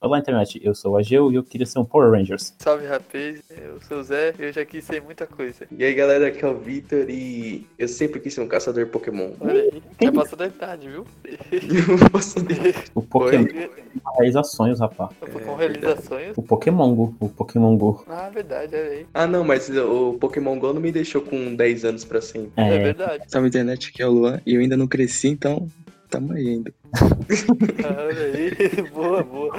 Olá, internet. Eu sou a Geo e eu queria ser um Power Rangers. Salve, rapaz. Eu sou o Zé e eu já quis ser muita coisa. E aí galera, aqui é o Vitor e eu sempre quis ser um caçador Pokémon. Olha aí, Quem- já passou da idade, viu? Eu posso dizer. O Pokémon Foi. realiza sonhos, rapaz. Eu vou com É, realizações. O Pokémon Go. O Pokémon Go. Ah, verdade, olha aí. Ah não, mas o Pokémon GO não me deixou com 10 anos pra sempre. É É, verdade. Salve internet, aqui é o Luan e eu ainda não cresci, então tamo aí ainda. Ah, olha aí. boa, boa.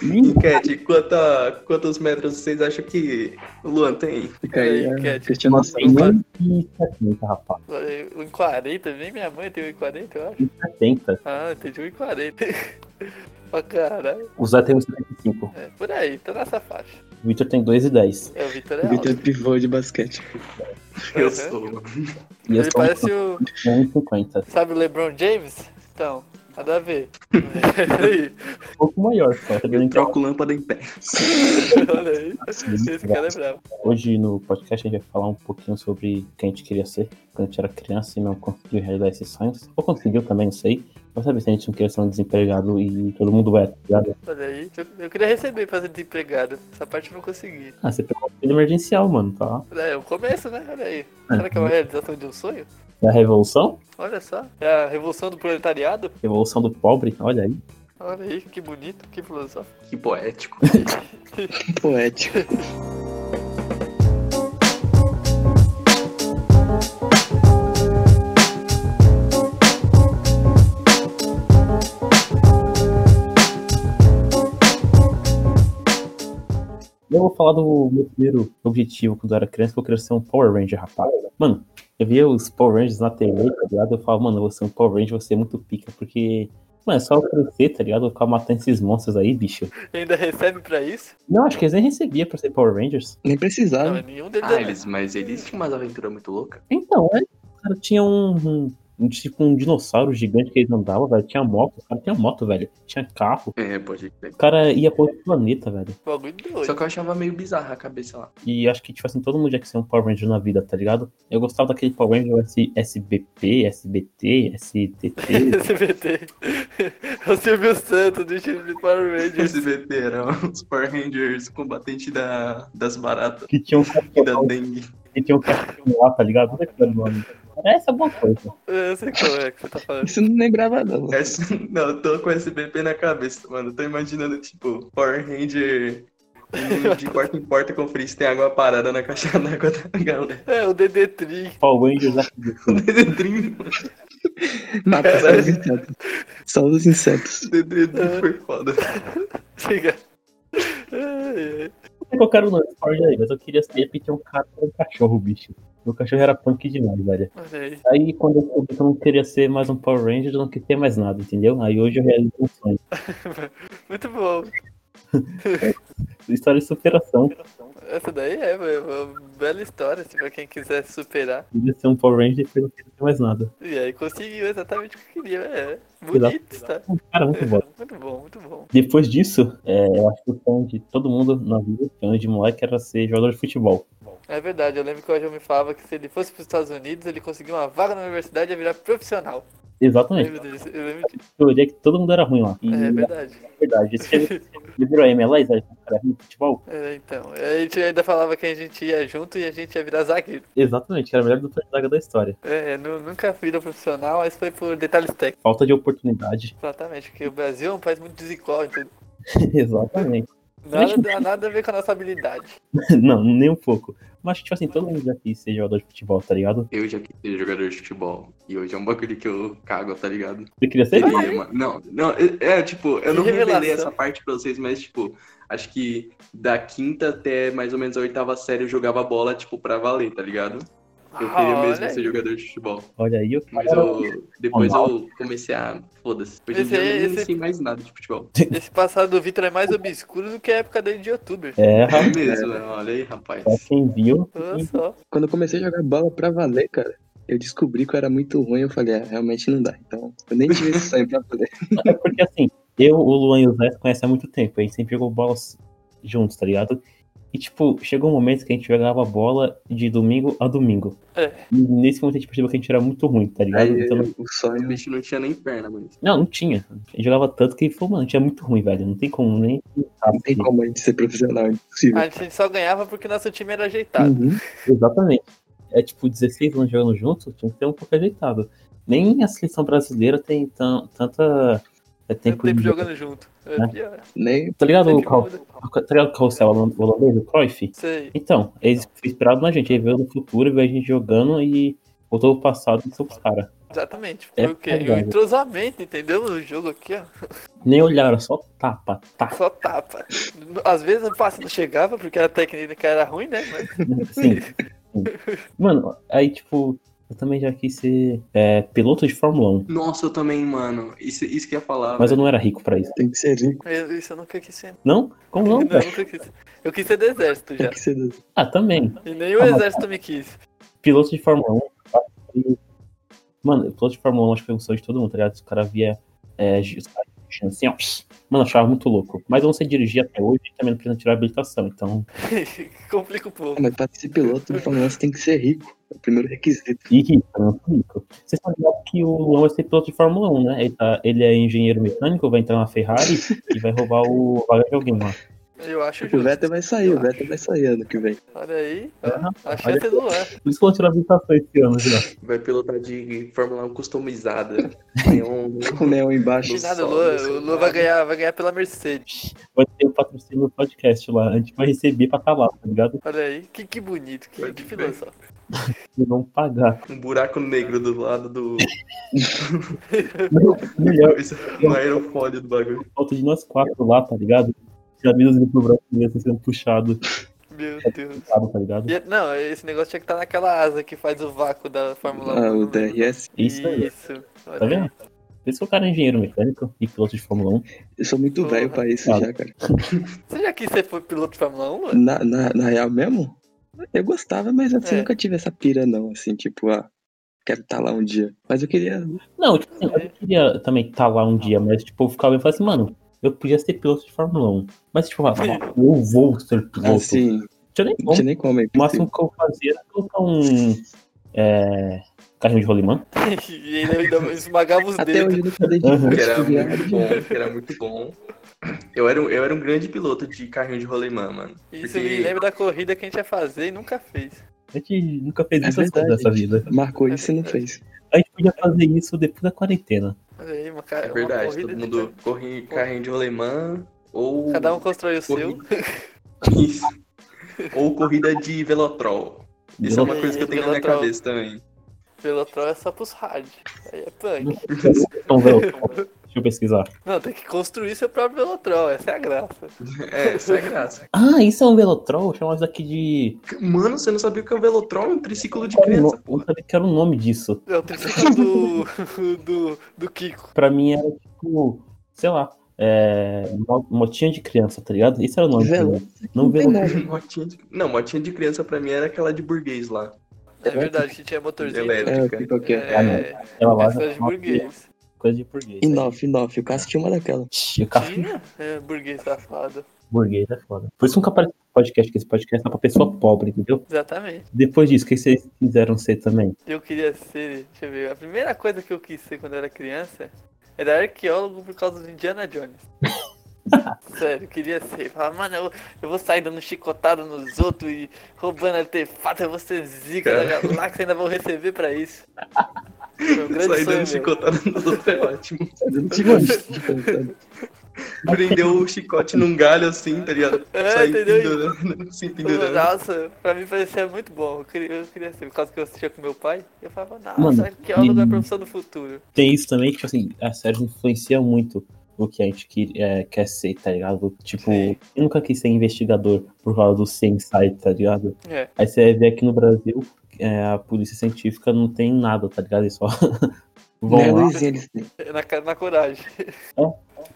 Ih, Enquete, quanta- quantos metros vocês acham que o Luan tem? Fica aí, Olha aí, a Cat. questionação. e 70, rapaz. Olha aí, 1,40, nem minha mãe tem 1,40, eu acho. 70. Ah, entendi 1,40. Pra caralho. O Zé tem um 75. É, por aí, tá nessa faixa. O Victor tem 2,10. É, o Vitor é O Vitor é alto. pivô de basquete. Eu Aham. sou. E eu sou Ele parece o... um 50. Sabe o LeBron James? Então, nada a ver. Olha aí, Um pouco maior, só. Tá dando Troco lâmpada em pé. olha aí. Esse cara é bravo. Hoje no podcast a gente vai falar um pouquinho sobre o que a gente queria ser quando a gente era criança e não conseguiu realizar esses sonhos. Ou conseguiu também, não sei. Mas sabe se a gente não queria ser um desempregado e todo mundo vai tá ligado? Olha aí. Eu, eu queria receber pra ser desempregado. Essa parte eu não consegui. Ah, você pegou o auxílio emergencial, mano, tá? É, o começo, né? Olha aí. Será que é uma realização de um sonho? É a revolução? Olha só. É a revolução do proletariado? Revolução do pobre, olha aí. Olha aí, que bonito, que filosófico. Que poético. Poético. Eu vou falar do meu primeiro objetivo quando eu era criança, que eu queria ser um Power Ranger, rapaz. Mano, eu via os Power Rangers na TV, tá ligado? Eu falava, mano, eu vou ser um Power Ranger, eu vou ser muito pica, porque, mano, é só eu crescer, tá ligado? Eu ficar matando esses monstros aí, bicho. Ainda recebe pra isso? Não, acho que eles nem recebiam pra ser Power Rangers. Nem Não, precisava. nenhum deles Ah, é. eles, mas eles tinham umas aventuras muito loucas. Então, é. O cara tinha um, um- um Tipo, um dinossauro gigante que eles andavam, velho. Tinha moto, o cara tinha moto, velho. Tinha carro. É, pode crer. O cara ia pra outro planeta, velho. um Bagulho doido. Só que eu achava meio bizarra a cabeça lá. E acho que, tipo assim, todo mundo tinha que ser um Power Ranger na vida, tá ligado? Eu gostava daquele Power Ranger S- SBP, SBT, STT. SBT. É o Silvio Santos do Chile Power Rangers. Esse veterano, os um Power Rangers, combatente da, das baratas que tinha um e da cachorro, dengue. que tinha um cachorro lá, tá ligado? Não sei qual era o nome. Parece alguma coisa. Eu sei como é que você tá falando. Isso eu não lembrava não. Essa- não, eu tô com esse SBP na cabeça, mano. Eu Tô imaginando, tipo, Power Ranger indo de porta em porta com frizz, tem água parada na caixa d'água da galera. É, o DD Tri. Power Rangers SBT. Dedrinho, Mata só os insetos. Só os insetos. dedrinho foi foda. Siga. tá Ai, ai. Não sei qual era o nome desse Power Ranger aí, mas eu queria saber porque tinha um cara com um cachorro, bicho. Meu cachorro era punk demais, velho. Olha aí. Aí quando eu descobri que eu não queria ser mais um Power Ranger, eu não quis ser mais nada, entendeu? Aí hoje eu realizo um sonho. Muito bom. História de superação. Essa daí é velho, uma bela história, se pra quem quiser superar. Eu queria ser um Power Ranger e depois não queria ser mais nada. E aí conseguiu exatamente o que queria. É. Bonito, tá? Cara, muito bom. Muito bom, muito bom. Depois disso, é, eu acho que o sonho de todo mundo na vida, o sonho de moleque, era ser jogador de futebol. É verdade, eu lembro que o João me falava que se ele fosse pros Estados Unidos, ele conseguia uma vaga na universidade e ia virar profissional. Eu Exatamente. lembro disso, eu lembro disso. Eu olhei que todo mundo era ruim lá. E É é verdade. verdade. Esse ele virou MLS, aí o cara é ruim no futebol. É, então, a gente ainda falava que a gente ia junto e a gente ia virar zagueiro. Exatamente, que era o melhor do zaga da história. É, nu- nunca virou profissional, mas foi por detalhes técnicos. Falta de oportunidade. Exatamente, porque o Brasil é um país muito desigual, então Exatamente. nada, dá- nada a ver com a nossa habilidade. Não, nem um pouco. Mas, tipo assim, todo mundo já quis ser jogador de futebol, tá ligado? Eu já quis ser jogador de futebol. E hoje é um bagulho que eu cago, tá ligado? Você queria ser? Queria, mano. Não, não, é, é, tipo, eu não Que revelei revelação. essa parte pra vocês, mas, tipo, acho que da quinta até mais ou menos a oitava série eu jogava bola, tipo, pra valer, tá ligado? Eu queria Ah, mesmo olha ser aí. jogador de futebol. Olha aí, eu Mas eu, depois eu comecei a. Foda-se. Hoje em Esse dia aí, eu não esse- sei mais nada de futebol. Esse passado do Vitor é mais obscuro do que a época dele de youtuber. É, É rapaz, mesmo, né? olha aí, rapaz. pra quem viu, Olha só. Quando eu comecei a jogar bola pra valer, cara, eu descobri que eu era muito ruim. Eu falei, ah, realmente não dá. Então, eu nem tive esse sonho pra fazer. É porque assim, eu, o Luan e o Zé se conhecem há muito tempo, a gente sempre jogou bolas juntos, tá ligado? E, tipo, chegou um momento que a gente jogava bola de domingo a domingo. É. E nesse momento a gente percebeu que a gente era muito ruim, tá ligado? Aí Então, o O sonho bicho não tinha nem perna, mano. não, não tinha. A gente jogava tanto que falou, mano, a gente é muito ruim, velho. Não tem como nem. não tem como a gente ser profissional, é impossível. A gente só ganhava porque nosso time era ajeitado. Uhum. Exatamente. É tipo 16 anos jogando junto, tinha que ter um pouco ajeitado. Nem a seleção brasileira tem tan- tanta. É, Tanto tempo tempo de- jogando junto. É, Nem Né? Tá ligado Tem o que Carl- mudar. tá ligado o Carrossel holan- holandês, o Cruyff? Sei. Então, eles inspiraram na gente, ele veio do futuro, veio a gente jogando e voltou pro passado e são os caras. Exatamente. É Foi o quê? O verdade. entrosamento, entendeu? O jogo aqui, ó. Nem olharam, só tapa, tá. Só tapa. Às vezes o passe não chegava porque a técnica era ruim, né? Mas Sim. sim. Assim, Mano, aí tipo, eu também já quis ser é, piloto de Fórmula 1, Nossa, eu também, mano. Isso, isso que eu ia falar. mas eu não era rico pra isso. tem que ser rico, eu- isso eu nunca quis ser. Não? Como Não, não? eu cara? nunca quis ser. Eu quis ser do exército tem já. que ser do... Ah, também. E nem o Ah, mas- exército me quis. piloto de Fórmula 1. acho que- Mano, piloto de Fórmula 1 acho que foi um sonho de todo mundo, tá ligado? Os caras via é, gi- os caras dirigindo assim, ó. pss. Mano, achava muito louco. Mas eu não sei dirigir até hoje e também não precisa tirar a habilitação, então. Complica um Ah, pouco. Mas pra ser piloto, no Fórmula 1, você tem que ser rico. É o primeiro requisito. E rico, não sou rico. Vocês estão ligados que o Lão vai ser piloto de Fórmula 1, né? Ele, tá- ele é engenheiro mecânico, vai entrar na Ferrari e vai roubar o vaga de alguém lá. Eu acho Tipo, O justo. Vettel vai sair, o Vettel vai sair ano que vem. Olha aí. Ah, ó, A chance é do ar. Por isso que eu não tiro a habilitação esse ano já. Vai pilotar de Fórmula 1 customizada. um, Neon. Com o Neon embaixo. De nada, o sol, Lua, do sol. o Lua vai, ganhar, vai ganhar pela Mercedes. Vai ter o patrocínio do podcast lá. A gente vai receber pra calar, tá ligado? Olha aí. Que, que bonito. Que, que filósofo. E vão pagar. Um buraco negro do lado do. Não, melhor, no aerofólio do bagulho. falta de nós quatro lá, tá ligado? Se a mesa do grupo brasileiro tá sendo puxado, Meu Deus. puxado, tá ligado? E- não, esse negócio tinha que estar naquela asa que faz o vácuo da Fórmula 1. Ah, o DRS. Isso aí, Isso. tá Olha aí. vendo? Por isso que o cara é engenheiro mecânico e piloto de Fórmula 1. Eu sou muito Porra. velho pra isso Ah. já, cara. Você já quis ser piloto de Fórmula 1, Lua? Na, na, na real mesmo, eu gostava, mas assim, É. nunca tive essa pira, não. Assim, tipo, ah, quero estar lá um dia. Mas eu queria. Não, tipo, assim, eu É. não queria também estar lá um dia, mas tipo, eu ficava e falava assim, mano, eu podia ser piloto de Fórmula 1. Mas tipo, eu falava, eu vou ser piloto. Assim, Tinha nem não como. É. tinha nem como. é O máximo que eu fazia era colocar um é, carrinho de rolimã. E ele ainda esmagava os Até dedos. hoje eu não falei de Aham. Que era tipo, de muito nada. bom, que era muito bom. Eu era, um- eu era um grande piloto de carrinho de rolemã, mano. Isso me lembra da corrida que a gente ia fazer e nunca fez. A gente nunca fez É essas coisas verdade. nessa vida. Marcou isso e não fez. A gente podia fazer isso depois da quarentena. Olha aí, uma, cara, É verdade, uma corrida todo de- mundo corre carrinho de rolemã ou. Cada um constrói o seu. corrida... Isso. Ou corrida de velotrol. Isso é uma coisa que eu tenho na minha Velotrol. cabeça também. Velotrol é só pros hard. Aí é punk. Então, velho, deixa eu pesquisar. Não, tem que construir seu próprio Velotrol. Essa é a graça. É, isso é graça. Ah, isso é um velotrol? Chama isso aqui de. Mano, você não sabia que o velotrol é um triciclo de criança, Eu porra. não sabia que era o nome disso. É o triciclo do, do, do Kiko. Pra mim era tipo, sei lá, é, mo- motinha de criança, tá ligado? Isso era o nome. Velo- Velo. Não tem velo. nada. Motinha de- Não, motinha de criança pra mim era aquela de burguês lá. É verdade, que tinha motorzinho. Elétrico. É, tipo, aqui, ó. Ah, É, Ela lá né? essa de burguês. coisa de burguês. Inoff, inoff. O Cássio tinha uma daquela. Ixi, o café Tinha? É, burguês safado. burguês é foda. Por isso nunca apareceu no podcast, que esse podcast é pra pessoa pobre, entendeu? Exatamente. Depois disso, o que vocês quiseram ser também? Eu queria ser, deixa eu ver, a primeira coisa que eu quis ser quando eu era criança era arqueólogo por causa do Indiana Jones. Sério, eu queria ser. Falar, mano, eu, eu vou sair dando chicotada nos outros e roubando artefato, eu vou ser zica da galáxia, ainda vou receber pra isso. Foi um grande Sair dando sonho meu. chicotada nos outros é ótimo. Eu não tive Tipo isso, sabe? Prendeu o chicote num galho assim, tá ligado? É, Sair entendeu? pendurando, se pendurando. Nossa, pra mim parecia muito bom. Eu queria, eu queria ser, por causa que eu assistia com meu pai. Eu falava, nossa, Mano, arqueólogo é a e- profissão do futuro. Tem isso também, que tipo assim, as séries influenciam muito o que a gente que- é, quer ser, tá ligado? Tipo, Sim. eu nunca quis ser investigador por causa do Sensei, tá ligado? É, Aí você vê aqui no Brasil, é, a polícia científica não tem nada, tá ligado? Eles só vão Né, lá. Luizinho, eles têm. na, ca- na coragem.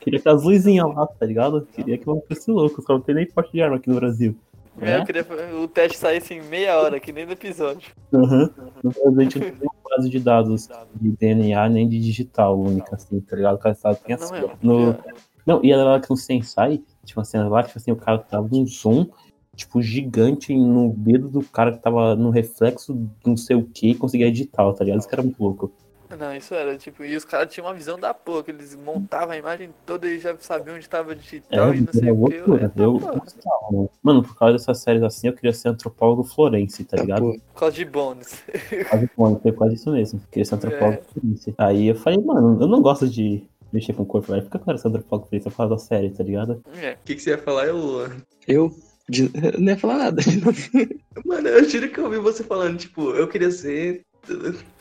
Queria que as luzinhas lá, tá ligado? Queria que vão fosse louco, só não tem nem porte de arma aqui no Brasil. É, É? Eu queria o teste saísse em meia hora, que nem no episódio. Aham. No Brasil a gente não tem uma base de dados de DNA nem de digital única, assim, tá ligado? O cara sabe, tem as... Não, é. no... não, e ela lá que no Sensei, tinha uma cena lá que tipo assim, o cara tava num zoom tipo, gigante no dedo do cara que tava no reflexo de não sei o que e conseguia digital, tá ligado? Esse cara é muito louco. Não, isso era, tipo, e os caras tinham uma visão da porra, que eles montavam a imagem toda e já sabiam onde tava digital e não sei é o né? que. loucura. Eu, gostava, mano. Mano, por causa dessas séries assim, eu queria ser antropólogo florense, tá Tá, ligado? pô. Por causa de bônus. Quase, mano, foi quase isso mesmo. Queria ser É. antropólogo florense. Aí eu falei, mano, eu não gosto de mexer com o corpo, velho. Por que eu quero ser antropólogo florense? Eu falo da série, tá ligado? É. O que, que você ia falar, Elua? Eu, de- eu não ia falar nada. de novo. Mano, eu juro que eu ouvi você falando, tipo, eu queria ser.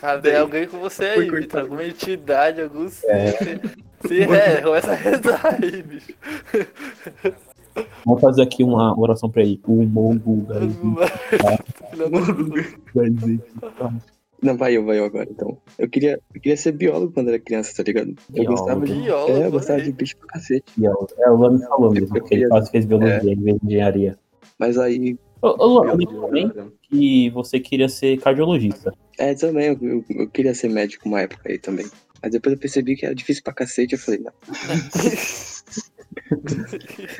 Cara, Bem, tem alguém com você foi aí, Vitor. cortado. Alguma entidade, É. algum. Se- Se é, começa a rezar aí, bicho. Vamos fazer aqui uma oração pra ele. O Mongo, velho. Filha um da Não, vai eu, vai eu agora, então. Eu queria, eu queria ser biólogo quando era criança, tá ligado? Eu Biólogo. gostava de. Biólogo, É, eu gostava olha aí. de bicho pra cacete. É, o Luan me falou mesmo, que ele quase fez biologia É. em vez de engenharia. Mas aí. Ô, ô Luan, eu me falei Biólogo. que você queria ser cardiologista. É, também, eu, eu- eu queria ser médico uma época aí também. Mas depois eu percebi que era difícil pra cacete, eu falei, não.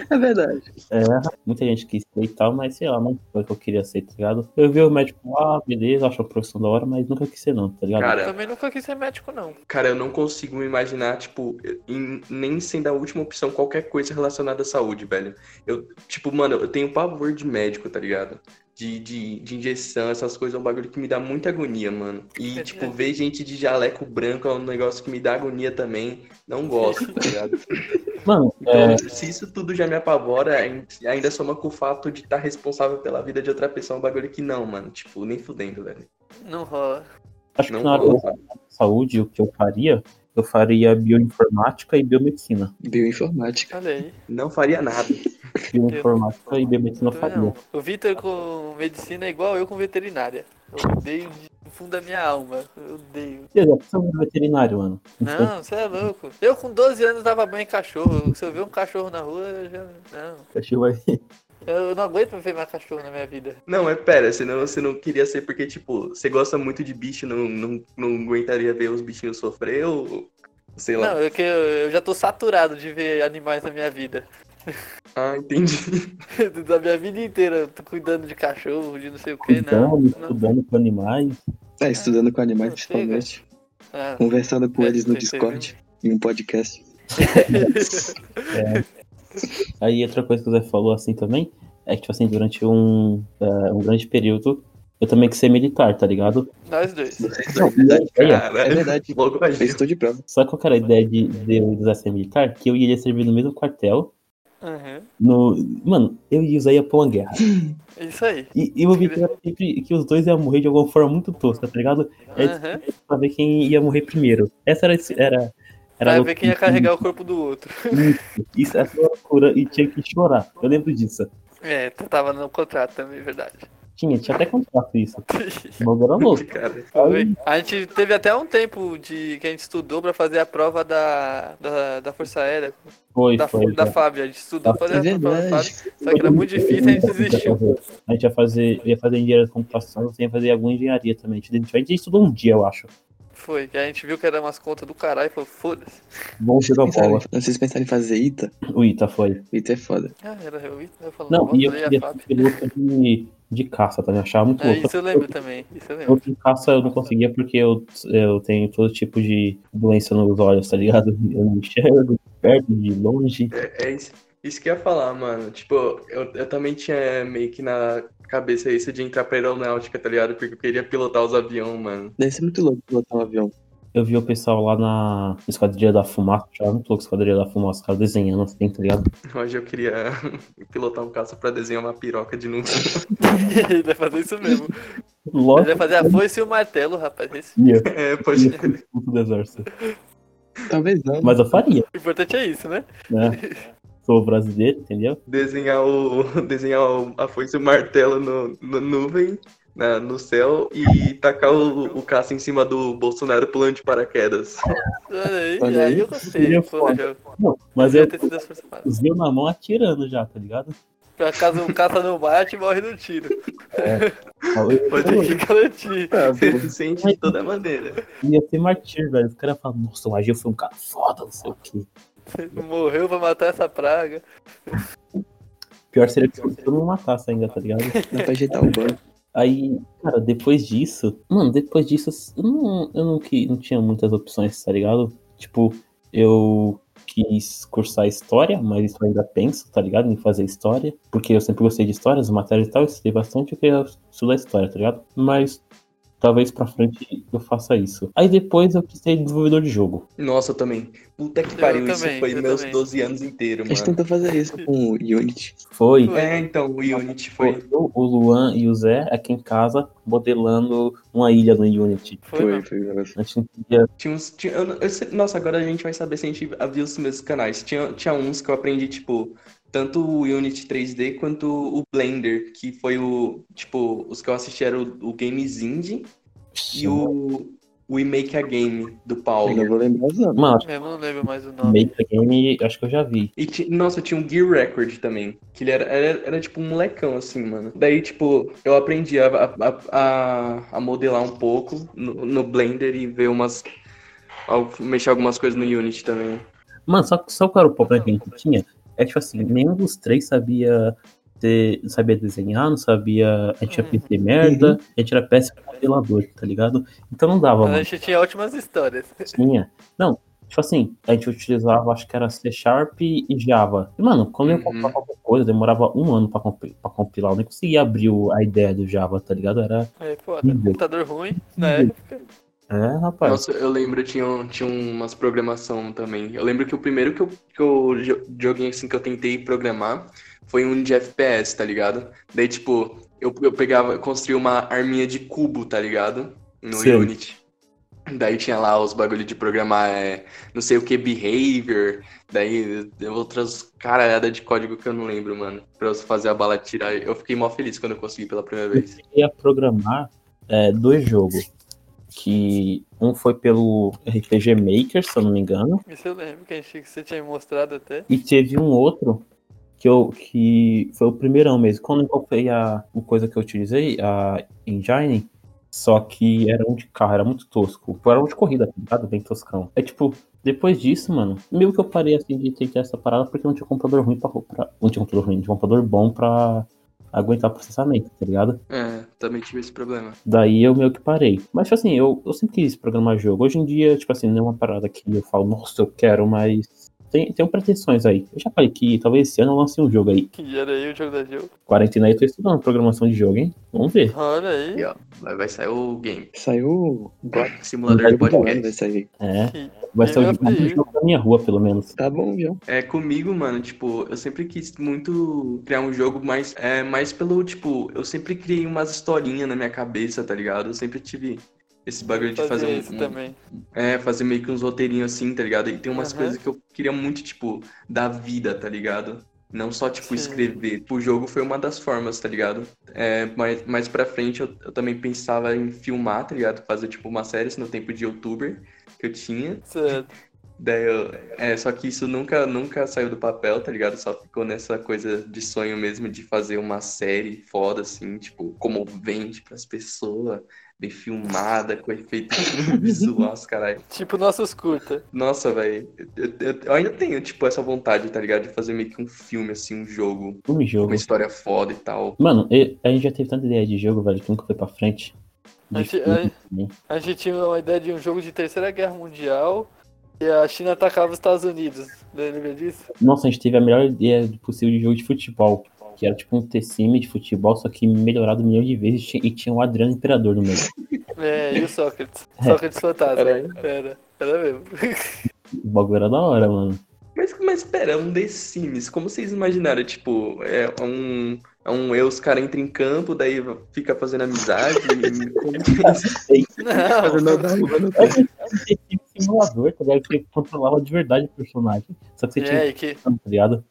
É verdade. É, muita gente quis ser e tal, mas sei lá, não foi o que eu queria ser, tá ligado? Eu vi o médico lá, beleza, achou a profissão da hora, mas nunca quis ser não, tá ligado? Cara, Eu também nunca quis ser médico, não. Cara, eu não consigo me imaginar, tipo, em- nem sendo a última opção qualquer coisa relacionada à saúde, velho. Eu, tipo, mano, eu tenho pavor de médico, tá ligado? De, de, de injeção, essas coisas é um bagulho que me dá muita agonia, mano. E, É tipo, verdade. ver gente de jaleco branco é um negócio que me dá agonia também. Não gosto, tá ligado? Mano, Então, é, se isso tudo já me apavora, ain- ainda soma com o fato de estar responsável pela vida de outra pessoa, é um bagulho que não, mano. Tipo, nem fudendo, velho. Não rola. acho que Não na área rola, da sabe? saúde, o que eu faria, eu faria bioinformática e biomedicina. Bioinformática. Olha aí. Não faria nada. Bioinformática e biomedicina eu Também faria. não. O Vitor com medicina é igual eu com veterinária. Eu odeio de- do fundo da minha alma. Eu odeio. Beleza, você é um veterinário, mano. Então, Não, você é louco. Eu com 12 anos dava banho em cachorro. Se eu ver um cachorro na rua, eu já. Não. cachorro vai... Eu não aguento ver mais cachorro na minha vida. Não, mas pera, senão você não queria ser porque, tipo, você gosta muito de bicho, não, não, não aguentaria ver os bichinhos sofrer ou. Sei lá. Não, é que eu, eu já tô saturado de ver animais na minha vida. Ah, entendi. da minha vida inteira. Eu tô cuidando de cachorro, de não sei o que, não. cuidando, não. estudando com animais. É, estudando com animais, Não, chega. principalmente. Ah. Conversando com É, eles no tem- tem Discord, em um podcast. Aí outra coisa que o Zé falou assim também, é que, tipo assim, durante um, é, um grande período, eu também quis ser militar, tá ligado? Nós dois. Não, É Caralho. verdade. Logo a Eu gente. estou de prova. Sabe qual que era a ideia de, de eu usar ser militar? Que eu iria servir no mesmo quartel. Uhum. No... Mano, eu e o Zé ia pra uma guerra. É Isso aí. E, e o objetivo era sempre que os dois iam morrer de alguma forma muito tosca, tá ligado? É Aham. pra ver quem ia morrer primeiro. Essa era. era, era Pra ver quem ia carregar o corpo do outro. Isso era loucura e tinha que chorar. Eu lembro disso. É, tu tava no contrato também, é verdade. Tinha, tinha até contrato isso. O bagulho era louco. Cara, Aí, A gente teve até um tempo de que a gente estudou pra fazer a prova da, da, da Força Aérea, foi, da, foi. né? da Fábio. A gente estudou pra fazer É a prova da verdade. Fábio, só que era muito difícil e a gente desistiu. A gente ia fazer, ia fazer engenharia de computação, ia fazer alguma engenharia também. A gente, a gente estudou um dia, eu acho. Foi, que a gente viu que era umas contas do caralho e falou, foda-se. Vamos jogar Pensaram- bola. Vocês pensaram em fazer ITA? O Ita foi. ITA é foda. Ah, era eu, eu falando, tá Não, "Nossa, e eu olha a queria ser é Fábio." piloto de, de caça, tá? Eu achava muito É, louco. isso eu lembro também, isso eu lembro. Piloto de caça eu não conseguia porque eu, eu tenho todo tipo de doença nos olhos, tá ligado? Eu não enxergo de perto, de longe. é isso, isso que eu ia falar, mano. Tipo, eu, eu também tinha meio que na cabeça isso de entrar pra aeronáutica, tá ligado? Porque eu queria pilotar os aviões, mano. Deve ser muito louco pilotar um avião. Eu vi o pessoal lá na Esquadrilha da Fumaça, eu achava muito louco Esquadrilha da Fumaça, os caras desenhando assim, tá ligado? Hoje eu queria pilotar um caça pra desenhar uma piroca de novo. Ele vai fazer isso mesmo. Ele vai Lógico fazer a foice e o martelo, rapaz. Isso- que eu ia É, pode. ser puto do exército. Talvez não. Mas eu faria, O importante é isso, né? né? Sou brasileiro, entendeu? desenhar o desenhar o- a foice e o martelo no, no nuvem na, no céu e tacar o, o caça em cima do Bolsonaro pulando de paraquedas. Olha aí, Olha aí aí. eu gostei. Seria Pô, foda. já- Não, mas já eu ter sido as Forças Armadas. os meus na mão atirando já, tá ligado? Por acaso um caça não bate, morre no tiro. Eu- Pode eu- Tem que garantir. Tá, pô. Eficiente de toda maneira. Ia ser martir, velho. Os caras falam, nossa, o Agil foi um cara foda, não sei o quê. Morreu pra matar essa praga. Pior seria que eu não me matasse ainda, tá ligado? Dá pra ajeitar o banco. Aí, cara, depois disso, mano, depois disso, eu não, eu não, que, não tinha muitas opções, tá ligado? Tipo, eu quis cursar história, mas isso eu ainda penso, tá ligado? Em fazer história, porque eu sempre gostei de histórias, matérias e tal, eu estudei bastante, eu queria estudar história, tá ligado? Mas talvez pra frente eu faça isso. Aí depois eu quis ser desenvolvedor de jogo. Nossa, eu também. Puta que Eu pariu, isso também, foi eu meus também. 12 anos inteiros, A gente mano. tentou fazer isso com o Unity. Foi. Foi. É, então, o Unity foi. Eu, o Luan e o Zé aqui em casa modelando uma ilha no Unity. Foi, Foi, mano. foi. A gente não podia. Tinha uns, tinha- eu não- eu sei- nossa, agora a gente vai saber se a gente viu os meus canais. Tinha, tinha uns que eu aprendi, tipo, tanto o Unity 3D quanto o Blender, que foi o, tipo, os que eu assisti eram o, o Games Indie e o We Make a Game, do Eu não Paulo. vou lembrar os nomes. Mano, acho Eu não lembro mais o que nome. Make the Game, acho que eu já vi. E, ti- nossa, tinha um Gear Record também, que ele era, era, era, tipo um molecão, assim, mano. Daí, tipo, eu aprendi a, a, a, a modelar um pouco no, no Blender e ver umas... al- mexer algumas coisas no Unity também. Mano, só, só qual era o problema que a gente tinha? É que, tipo assim, nenhum dos três sabia ter, sabia desenhar, não sabia. A É. gente ia Uhum. pedir merda, a gente era péssimo modelador, tá ligado? Então não dava, Mas a mano. gente tinha ótimas histórias. Tinha. Não, tipo assim, a gente utilizava, acho que era C Sharp e Java. E, mano, quando eu ia Uhum. comprar qualquer coisa, demorava um ano pra, compi- pra compilar. Eu nem conseguia abrir o- a ideia do Java, tá ligado? Era. É, foda. Uhum. Computador ruim, né? É, rapaz. Nossa, eu lembro, tinha, um- tinha umas programação também. Eu lembro que o primeiro que eu, que eu jo- joguei, assim, que eu tentei programar foi um de FPS, tá ligado? Daí, tipo, eu, eu pegava, eu construía uma arminha de cubo, tá ligado? No Sei. Unity. Daí tinha lá os bagulho de programar, é, não sei o que, behavior, daí eh, outras caralhadas de código que eu não lembro, mano. Pra eu fazer a bala tirar. Eu fiquei mó feliz quando eu consegui pela primeira eu vez. cheguei a programar é, dois jogos. Que um foi pelo RPG Maker, se eu não me engano, Isso eu lembro que a gente, que você tinha me mostrado até. e teve um outro que, eu, que foi o primeirão mesmo. Quando eu foi a, a coisa que eu utilizei, a Engine, só que era um de carro, era muito tosco. Era um de corrida, tá ligado? Bem toscão. É tipo, depois disso, mano, meio que eu parei assim de tentar essa parada porque não tinha computador ruim pra, pra não tinha computador ruim, não tinha computador bom pra aguentar processamento, tá ligado? É, também tive esse problema. Daí eu meio que parei. Mas, tipo assim, eu, eu sempre quis programar jogo. Hoje em dia, tipo assim, não é uma parada que eu falo, nossa, eu quero, mas tem, tem pretensões aí. Eu já falei que talvez esse ano eu lance um jogo aí. Que era aí o jogo da Gil. Quarentena aí, eu tô estudando programação de jogo, hein? Vamos ver. Olha aí. E ó, vai, vai sair o game. Saiu o Black Simulador de do ano, vai podcast. sair. É. Vai ser o Game of the Year. jogo da minha rua, pelo menos. Tá bom, João. É comigo, mano, tipo, eu sempre quis muito criar um jogo mais, é, mais pelo, tipo, eu sempre criei umas historinhas na minha cabeça, tá ligado? Eu sempre tive esse bagulho de fazer um, isso um- também. é, fazer meio que uns roteirinhos assim, tá ligado? E tem umas Aham. coisas que eu queria muito, tipo, da vida, tá ligado? Não só, tipo, Sim. escrever. O jogo foi uma das formas, tá ligado? É, mais, mais pra frente eu, eu também pensava em filmar, tá ligado? Fazer, tipo, uma série assim, no tempo de youtuber que eu tinha. Certo. Daí eu- é, só que isso nunca, nunca saiu do papel, tá ligado? Só ficou nessa coisa de sonho mesmo de fazer uma série foda, assim, tipo, comovente pras pessoas, bem filmada, com efeito visual, os caralho. Tipo nossos curta. Nossa, velho, eu, eu- eu ainda tenho, tipo, essa vontade, tá ligado? De fazer meio que um filme, assim, um jogo, Um com jogo. uma história foda e tal. Mano, e- a gente já teve tanta ideia de jogo, velho, que nunca foi pra frente. A gente, Difícil. a, a gente tinha uma ideia de um jogo de Terceira Guerra Mundial e a China atacava os Estados Unidos. Lembra disso? Nossa, a gente teve a melhor ideia possível de jogo de futebol. Que era tipo um TCM de futebol, só que melhorado um milhão de vezes e tinha- e tinha o Adriano Imperador no meio. É, e o Sócrates. Sócrates Fantasma. Era aí? Era. Era mesmo. O bagulho era da hora, mano. Mas, mas pera, um The Sims, como vocês imaginaram? Tipo, é um, é um eu, os caras entram em campo, daí fica fazendo amizade. e- como que é isso? Não. Tá Você tinha um simulador, tá ligado? Você controlava de verdade o personagem. Só que você tinha É, e que, que, tá ligado?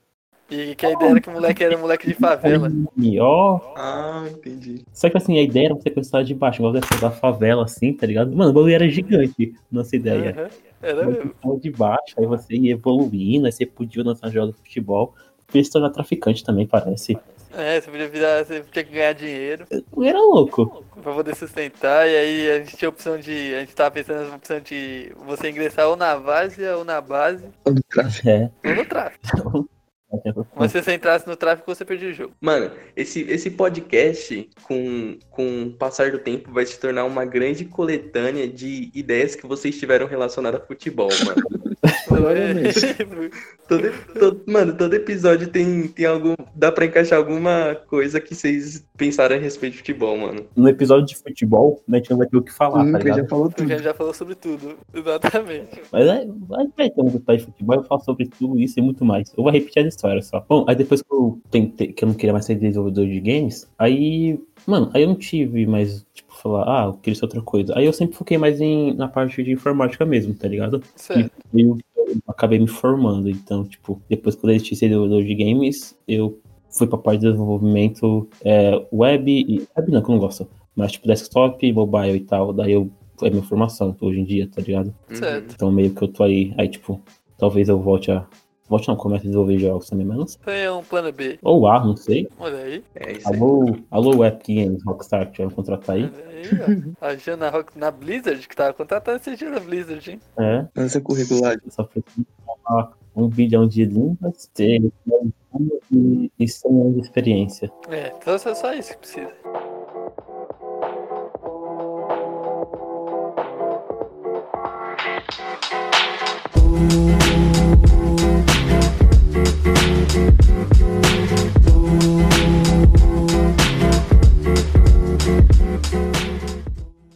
e que a ideia era que o moleque era um moleque de favela. E ó. Ah, entendi. Só que assim, a ideia era você começar de baixo, igual dessa da favela, assim, tá ligado? Mano, o bagulho era gigante, nossa ideia. Aham, Era Você mesmo. começava de baixo, aí você ia evoluindo, aí você podia lançar jogos de futebol. Podia se tornar traficante também, parece. É, você podia virar, você tinha que ganhar dinheiro Era louco. pra poder sustentar, e aí a gente tinha a opção de. A gente tava pensando na opção de você ingressar ou na várzea ou na base Tá no tráfico. É. ou no tráfico. Não tem problema. Mas se você entrasse no tráfico, você perdia o jogo. Mano, esse, esse podcast, com, com o passar do tempo, vai se tornar uma grande coletânea de ideias que vocês tiveram relacionadas a futebol, mano. Então, é, Provavelmente. Todo, todo- mano, todo episódio tem, tem algum. Dá pra encaixar alguma coisa que vocês pensaram a respeito de futebol, mano. No episódio de futebol, né, a gente não vai ter o que falar, tá Nunca ligado? já falou Porque a tudo. É. gente já falou sobre tudo. Exatamente. Mas é, vai, vai ter um episódio de futebol, eu falo sobre tudo isso e muito mais. Eu vou repetir as histórias só. Bom, aí depois que eu tentei, que eu não queria mais ser desenvolvedor de games, aí, mano, aí eu não tive mais, tipo, falar, ah, eu queria ser outra coisa. Aí eu sempre foquei mais em, na parte de informática mesmo, tá ligado? Certo. E eu, eu acabei me formando, então, tipo, depois que eu deixei ser desenvolvedor de games, eu fui pra parte de desenvolvimento é, web e. Web não, que eu não gosto. Mas, tipo, desktop, mobile e tal. Daí eu. É minha formação hoje em dia, tá ligado? Uhum. Certo. Então meio que eu tô aí, aí tipo, talvez eu volte a. Volte não, comece a desenvolver jogos também, mas não sei. Isso aí é um plano B. Ou A, não sei. Olha aí. É isso aí. Alô, alô Epic Games, Rockstar, que vai me contratar aí. Olha aí, ó. A Jana Rock na Blizzard, que tava contratando esse dia na Blizzard, hein? É, Lança curricular. eu só preciso falar um bilhão de línguas, ter um ano e- e 100 anos de experiência. É, então é só isso que precisa.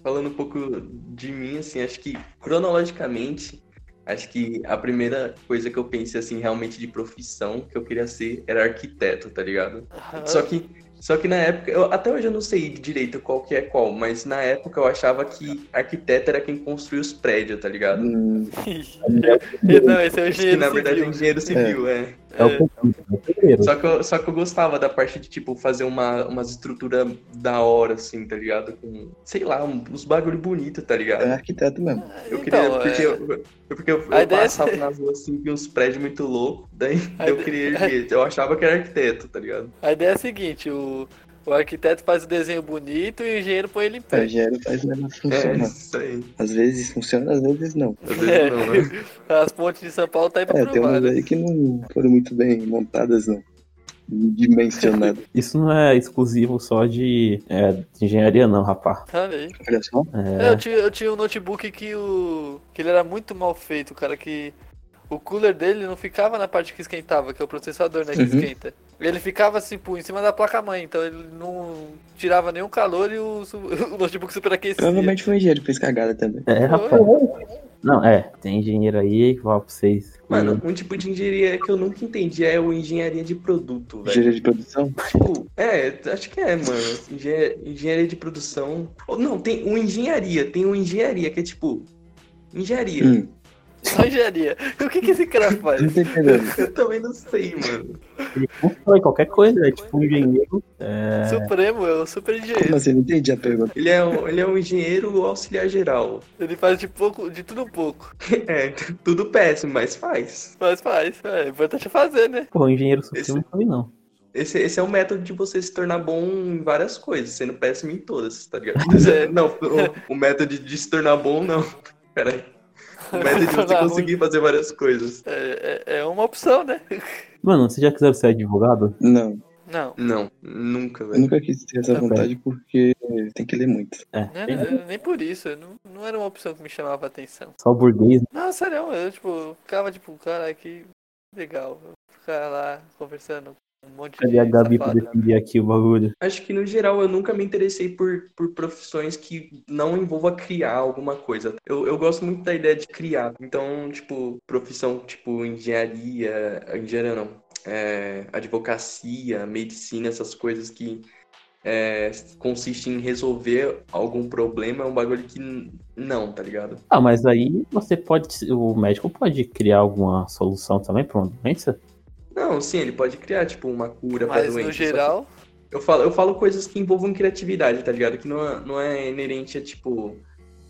Falando um pouco de mim, assim, acho que cronologicamente, acho que a primeira coisa que eu pensei, assim, realmente de profissão que eu queria ser era arquiteto, tá ligado? Só que, só que na época, eu- até hoje eu não sei direito qual que é qual, mas na época eu achava que arquiteto era quem construía os prédios, tá ligado? Hum, Não, esse é o Que engenheiro na verdade é civil. engenheiro civil, é. É o primeiro, é o primeiro. Só que, eu, só que eu gostava da parte de, tipo, fazer uma, umas estrutura da hora, assim, tá ligado? Com, sei lá, um- uns bagulho bonito, tá ligado? é arquiteto mesmo. Eu queria, Então, porque, é, eu, porque eu, A eu ideia é passava ser- na rua assim, vi uns prédios muito loucos, daí A eu ide- queria erguer. Eu achava que era arquiteto, tá ligado? a ideia é a seguinte, o, o arquiteto faz o desenho bonito e o engenheiro põe ele em É, pé. O engenheiro faz o negócio É, funcionar. isso aí. Às vezes funciona, às vezes não. Às vezes não, né? As pontes de São Paulo tá aí pra É, tem provar, umas né? aí que não foram muito bem montadas, não. Dimensionadas. Isso não é exclusivo só de, é, de engenharia, não, rapá. Olha aí. Olha só. É, eu, tinha, eu tinha um notebook que o. que ele era muito mal feito, cara, que o cooler dele não ficava na parte que esquentava, que é o processador, né, que Uhum. esquenta. Ele ficava assim, pô, em cima da placa-mãe, então ele não tirava nenhum calor e o, su- o notebook superaquecia. Provavelmente foi o engenheiro que fez cagada também. É, rapá. Não, é, tem engenheiro aí que fala pra vocês. Mano, Hum. um tipo de engenharia que eu nunca entendi é o engenharia de produto, velho. Engenheiro de produção? Tipo, é, acho que é, mano. Engen- Engenharia de produção. Ou não, tem um engenharia, tem um engenharia que é tipo. Engenharia. Hum, Só engenharia. O que, que esse cara faz? não tô entendendo. Eu também não sei, mano. Ele constrói qualquer coisa, é tipo um engenheiro. Supremo, é o super engenheiro. Como assim? Não entendi a pergunta. Ele é um, ele é um engenheiro auxiliar geral. Ele faz de pouco, de tudo um pouco. É, tudo péssimo, mas faz. Mas faz, é é importante fazer, né? Pô, um engenheiro supremo também não. Esse, esse é o método de você se tornar bom em várias coisas, sendo péssimo em todas, tá ligado? É. Não, o, o método de se tornar bom, não. Peraí. O método de você Tornar ruim. conseguir fazer várias coisas. É, é, é uma opção, né? Mano, você já quiser ser advogado? Não, Não. Não, nunca, eu velho. nunca quis ter Tá essa vontade porque tem que ler muito. É. Não era- né? nem por isso, não, não era uma opção que me chamava a atenção. Só burguês, né? Não, sério, eu tipo, ficava tipo, cara, que legal. eu Ficar lá conversando com um monte de cadê a Gabi pra safado. defender aqui o bagulho? Acho que no geral eu nunca me interessei por, por profissões que não envolva criar alguma coisa. Eu, eu gosto muito da ideia de criar. Então, tipo, profissão tipo engenharia, engenharia não, é, advocacia, medicina, essas coisas que é, consistem em resolver algum problema, é um bagulho que n- não, tá ligado? Ah, mas aí você pode. O médico pode criar alguma solução também pra uma doença? Não, sim, ele pode criar, tipo, uma cura pra Mas doença. no só que- geral, Eu falo, eu falo coisas que envolvam criatividade, tá ligado? Que não é, não é inerente a, tipo,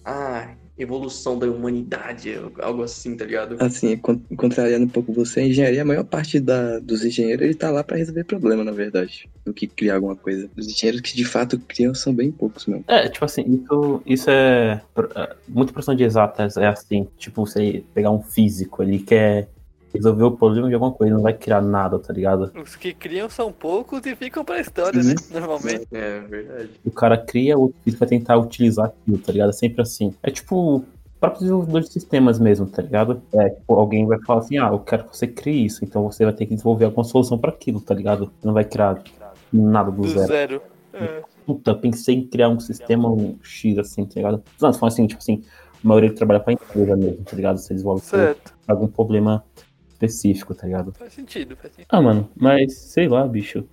a evolução da humanidade, algo assim, tá ligado? Assim, con- contrariando um pouco você, a engenharia, a maior parte da, dos engenheiros, ele tá lá pra resolver problema, na verdade, do que criar alguma coisa. Os engenheiros que de fato criam são bem poucos mesmo. É, tipo assim, isso, isso é. pr- é, Muito profissão de exatas é assim. Tipo, você pegar um físico, ele quer resolver o problema de alguma coisa, não vai criar nada, tá ligado? Os que criam são poucos e ficam pra história, né? Normalmente. É, verdade. O cara cria outro físico pra tentar utilizar aquilo, tá ligado? É sempre assim. É tipo próprio desenvolvedor de sistemas mesmo, tá ligado? É, tipo, alguém vai falar assim, ah, eu quero que você crie isso, então você vai ter que desenvolver alguma solução pra aquilo, tá ligado? Não vai criar nada do Do zero. zero. É. Puta, pensei em criar um sistema um X assim, tá ligado? Não, você fala assim, tipo assim, a maioria trabalha pra empresa mesmo, tá ligado? Você desenvolve pra Certo. algum problema específico, tá ligado? Faz sentido, faz sentido. Ah, mano, mas sei lá, bicho.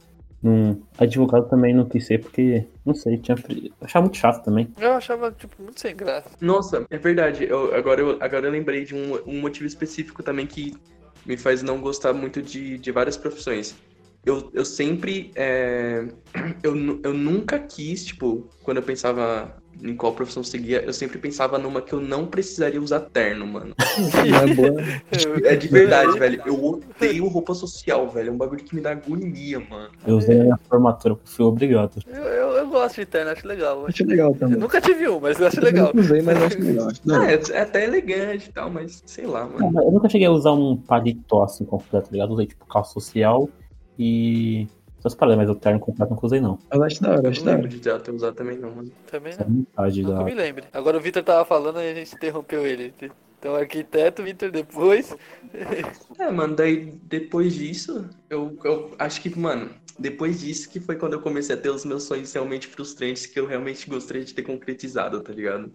Hum, advogado também não quis ser porque, não sei, tinha pre- achava muito chato também. Eu achava, tipo, muito sem graça. Nossa, é verdade. Eu- agora, eu, agora eu lembrei de um, um motivo específico também que me faz não gostar muito de, de várias profissões. Eu, eu sempre. é, eu, nu- eu nunca quis, tipo, quando eu pensava em qual profissão seguia, eu sempre pensava numa que eu não precisaria usar terno, mano. Não é boa. Eu- É de verdade, velho. Eu odeio roupa social, velho. É um bagulho que me dá agonia, mano. Eu usei na minha formatura porque fui obrigado. Eu, eu, eu gosto de terno, acho legal. Acho legal Eu também. nunca tive um, mas eu acho Eu também legal. Não usei, mas eu acho legal. Acho da Ah, hora. é, é até elegante e tal, mas sei lá, Ah, mano. mas Eu nunca cheguei a usar um paletó assim completo, tá ligado? Usei tipo calça social e. Essas paradas, mas o terno completo eu nunca usei, não. Mas acho da hora, Eu acho não da lembro hora. de já ter usado também, não, mano. Também Essa é a não. metade Nunca me da. lembre. Agora o Victor tava falando e a gente interrompeu ele. Então, arquiteto, Victor depois. É, mano, daí depois disso, eu, eu acho que, mano, depois disso que foi quando eu comecei a ter os meus sonhos realmente frustrantes que eu realmente gostaria de ter concretizado, tá ligado?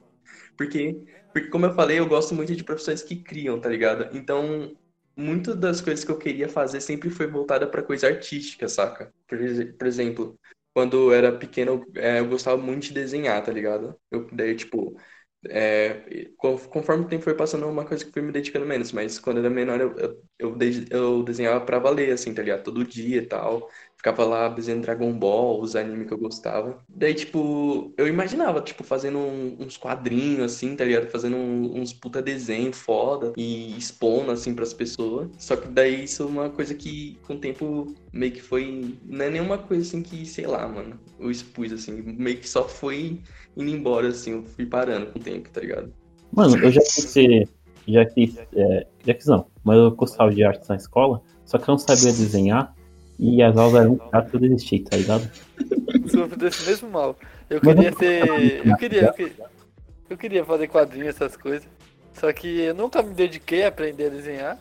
Porque, porque como eu falei, eu gosto muito de profissões que criam, tá ligado? Então, muitas das coisas que eu queria fazer sempre foi voltada pra coisa artística, saca? Por, ex- por exemplo, quando eu era pequeno, eu, é, eu gostava muito de desenhar, tá ligado? Eu, daí, tipo, é, e con- conforme o tempo foi passando, é uma coisa que fui me dedicando menos, mas quando eu era menor, eu, eu, eu de- eu desenhava pra valer, assim, tá ligado? Todo dia e tal. Ficava lá desenhando Dragon Ball, os animes que eu gostava. Daí, tipo, eu imaginava, tipo, fazendo um- uns quadrinhos, assim, tá ligado? Fazendo um- uns puta desenho foda e expondo, assim, pras pessoas. Só que daí isso é uma coisa que, com o tempo, meio que foi... Não é nenhuma coisa, assim, que, sei lá, mano, eu expus, assim. Meio que só foi indo embora, assim, eu fui parando com o tempo, tá ligado? Mano, eu já quis ser. Já quis. É, já quis não, mas eu gostava de arte na escola, só que eu não sabia desenhar e as aulas eram chatas eu desisti, tá ligado? sofro desse mesmo mal. Eu Mas queria não- ser. Eu queria, eu queria. eu queria fazer quadrinhos, essas coisas. Só que eu nunca me dediquei a aprender a desenhar.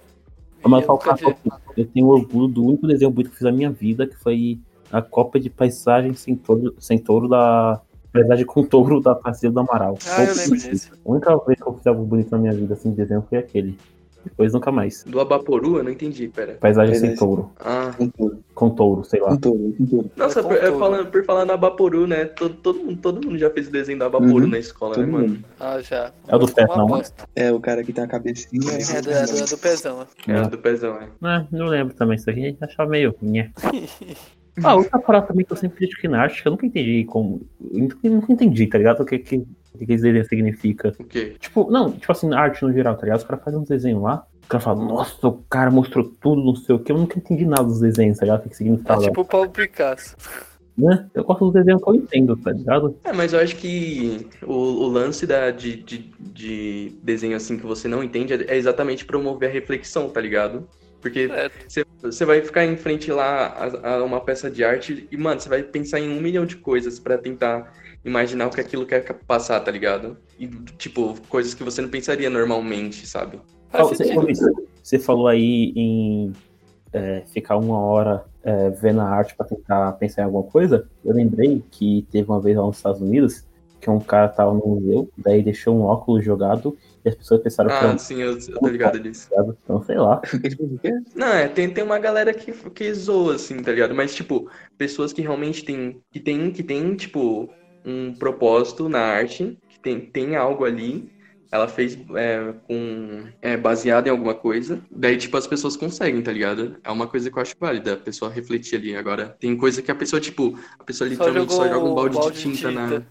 E Mas eu qual nunca que é a tive- Copa? eu tenho orgulho do único desenho bonito que eu fiz na minha vida, que foi a Copa de Paisagem sem touro, sem touro da. Paisagem com touro da Passeio do Amaral. Ah, eu lembro disso. A única vez que eu fiz algo bonito na minha vida assim de desenho foi aquele. Depois nunca mais. Do Abaporu, eu não entendi, pera. Paisagem sem Paisagem. touro. Ah, Um touro, Com touro, sei lá. um touro, um touro. Nossa, É por, é, contorno. falando, por falar na Abaporu, né? Todo, todo, mundo, todo mundo já fez o desenho da Abaporu Uhum. na escola, Todo né, mano? mundo. Ah, já. É o do Ficou Fresno, uma não é? bosta. É, o cara que tem a cabecinha. É do, é do, é do pezão. É, Ah. do Pezão, é. Ah, não lembro também. Isso aqui a gente achava meio né? Ah, outra parada também que eu sempre critiquei na arte, que eu nunca entendi como. Eu nunca- eu nunca entendi, tá ligado? O que, que, o que que esse desenho significa. O quê? Tipo, não, tipo assim, na arte no geral, tá ligado? Os caras fazem um desenho lá, o cara fala, nossa, o cara mostrou tudo, não sei o que, eu nunca entendi nada dos desenhos, tá ligado? O que que É significava, tipo o Paulo Picasso. né? Eu gosto dos desenhos que eu entendo, tá ligado? É, mas eu acho que o, o lance da, de, de, de desenho assim que você não entende é é exatamente promover a reflexão, tá ligado? Porque Certo. você vai ficar em frente lá a, a uma peça de arte e, mano, você vai pensar em um milhão de coisas pra tentar imaginar o que aquilo quer passar, tá ligado? E, tipo, coisas que você não pensaria normalmente, sabe? Fala, Faz Você, sentido. ô, Vitor, você falou aí em é, ficar uma hora é, vendo a arte pra tentar pensar em alguma coisa. Eu lembrei que teve uma vez lá nos Estados Unidos que um cara tava no museu, daí deixou um óculos jogado e as pessoas pensaram que era Ah, um sim, eu, eu tô ligado disso. jogado, então sei lá. Ele fez o quê? Não, é, tem, tem uma galera que, que zoa, assim, tá ligado? Mas, tipo, pessoas que realmente tem, que tem, que tem, tipo, um propósito na arte, que tem, tem algo ali, ela fez é, com, é, baseado em alguma coisa, daí, tipo, as pessoas conseguem, tá ligado? É uma coisa que eu acho válida, a pessoa refletir ali. Agora, tem coisa que a pessoa, tipo, a pessoa Só literalmente jogou só joga um balde, de tinta, Na,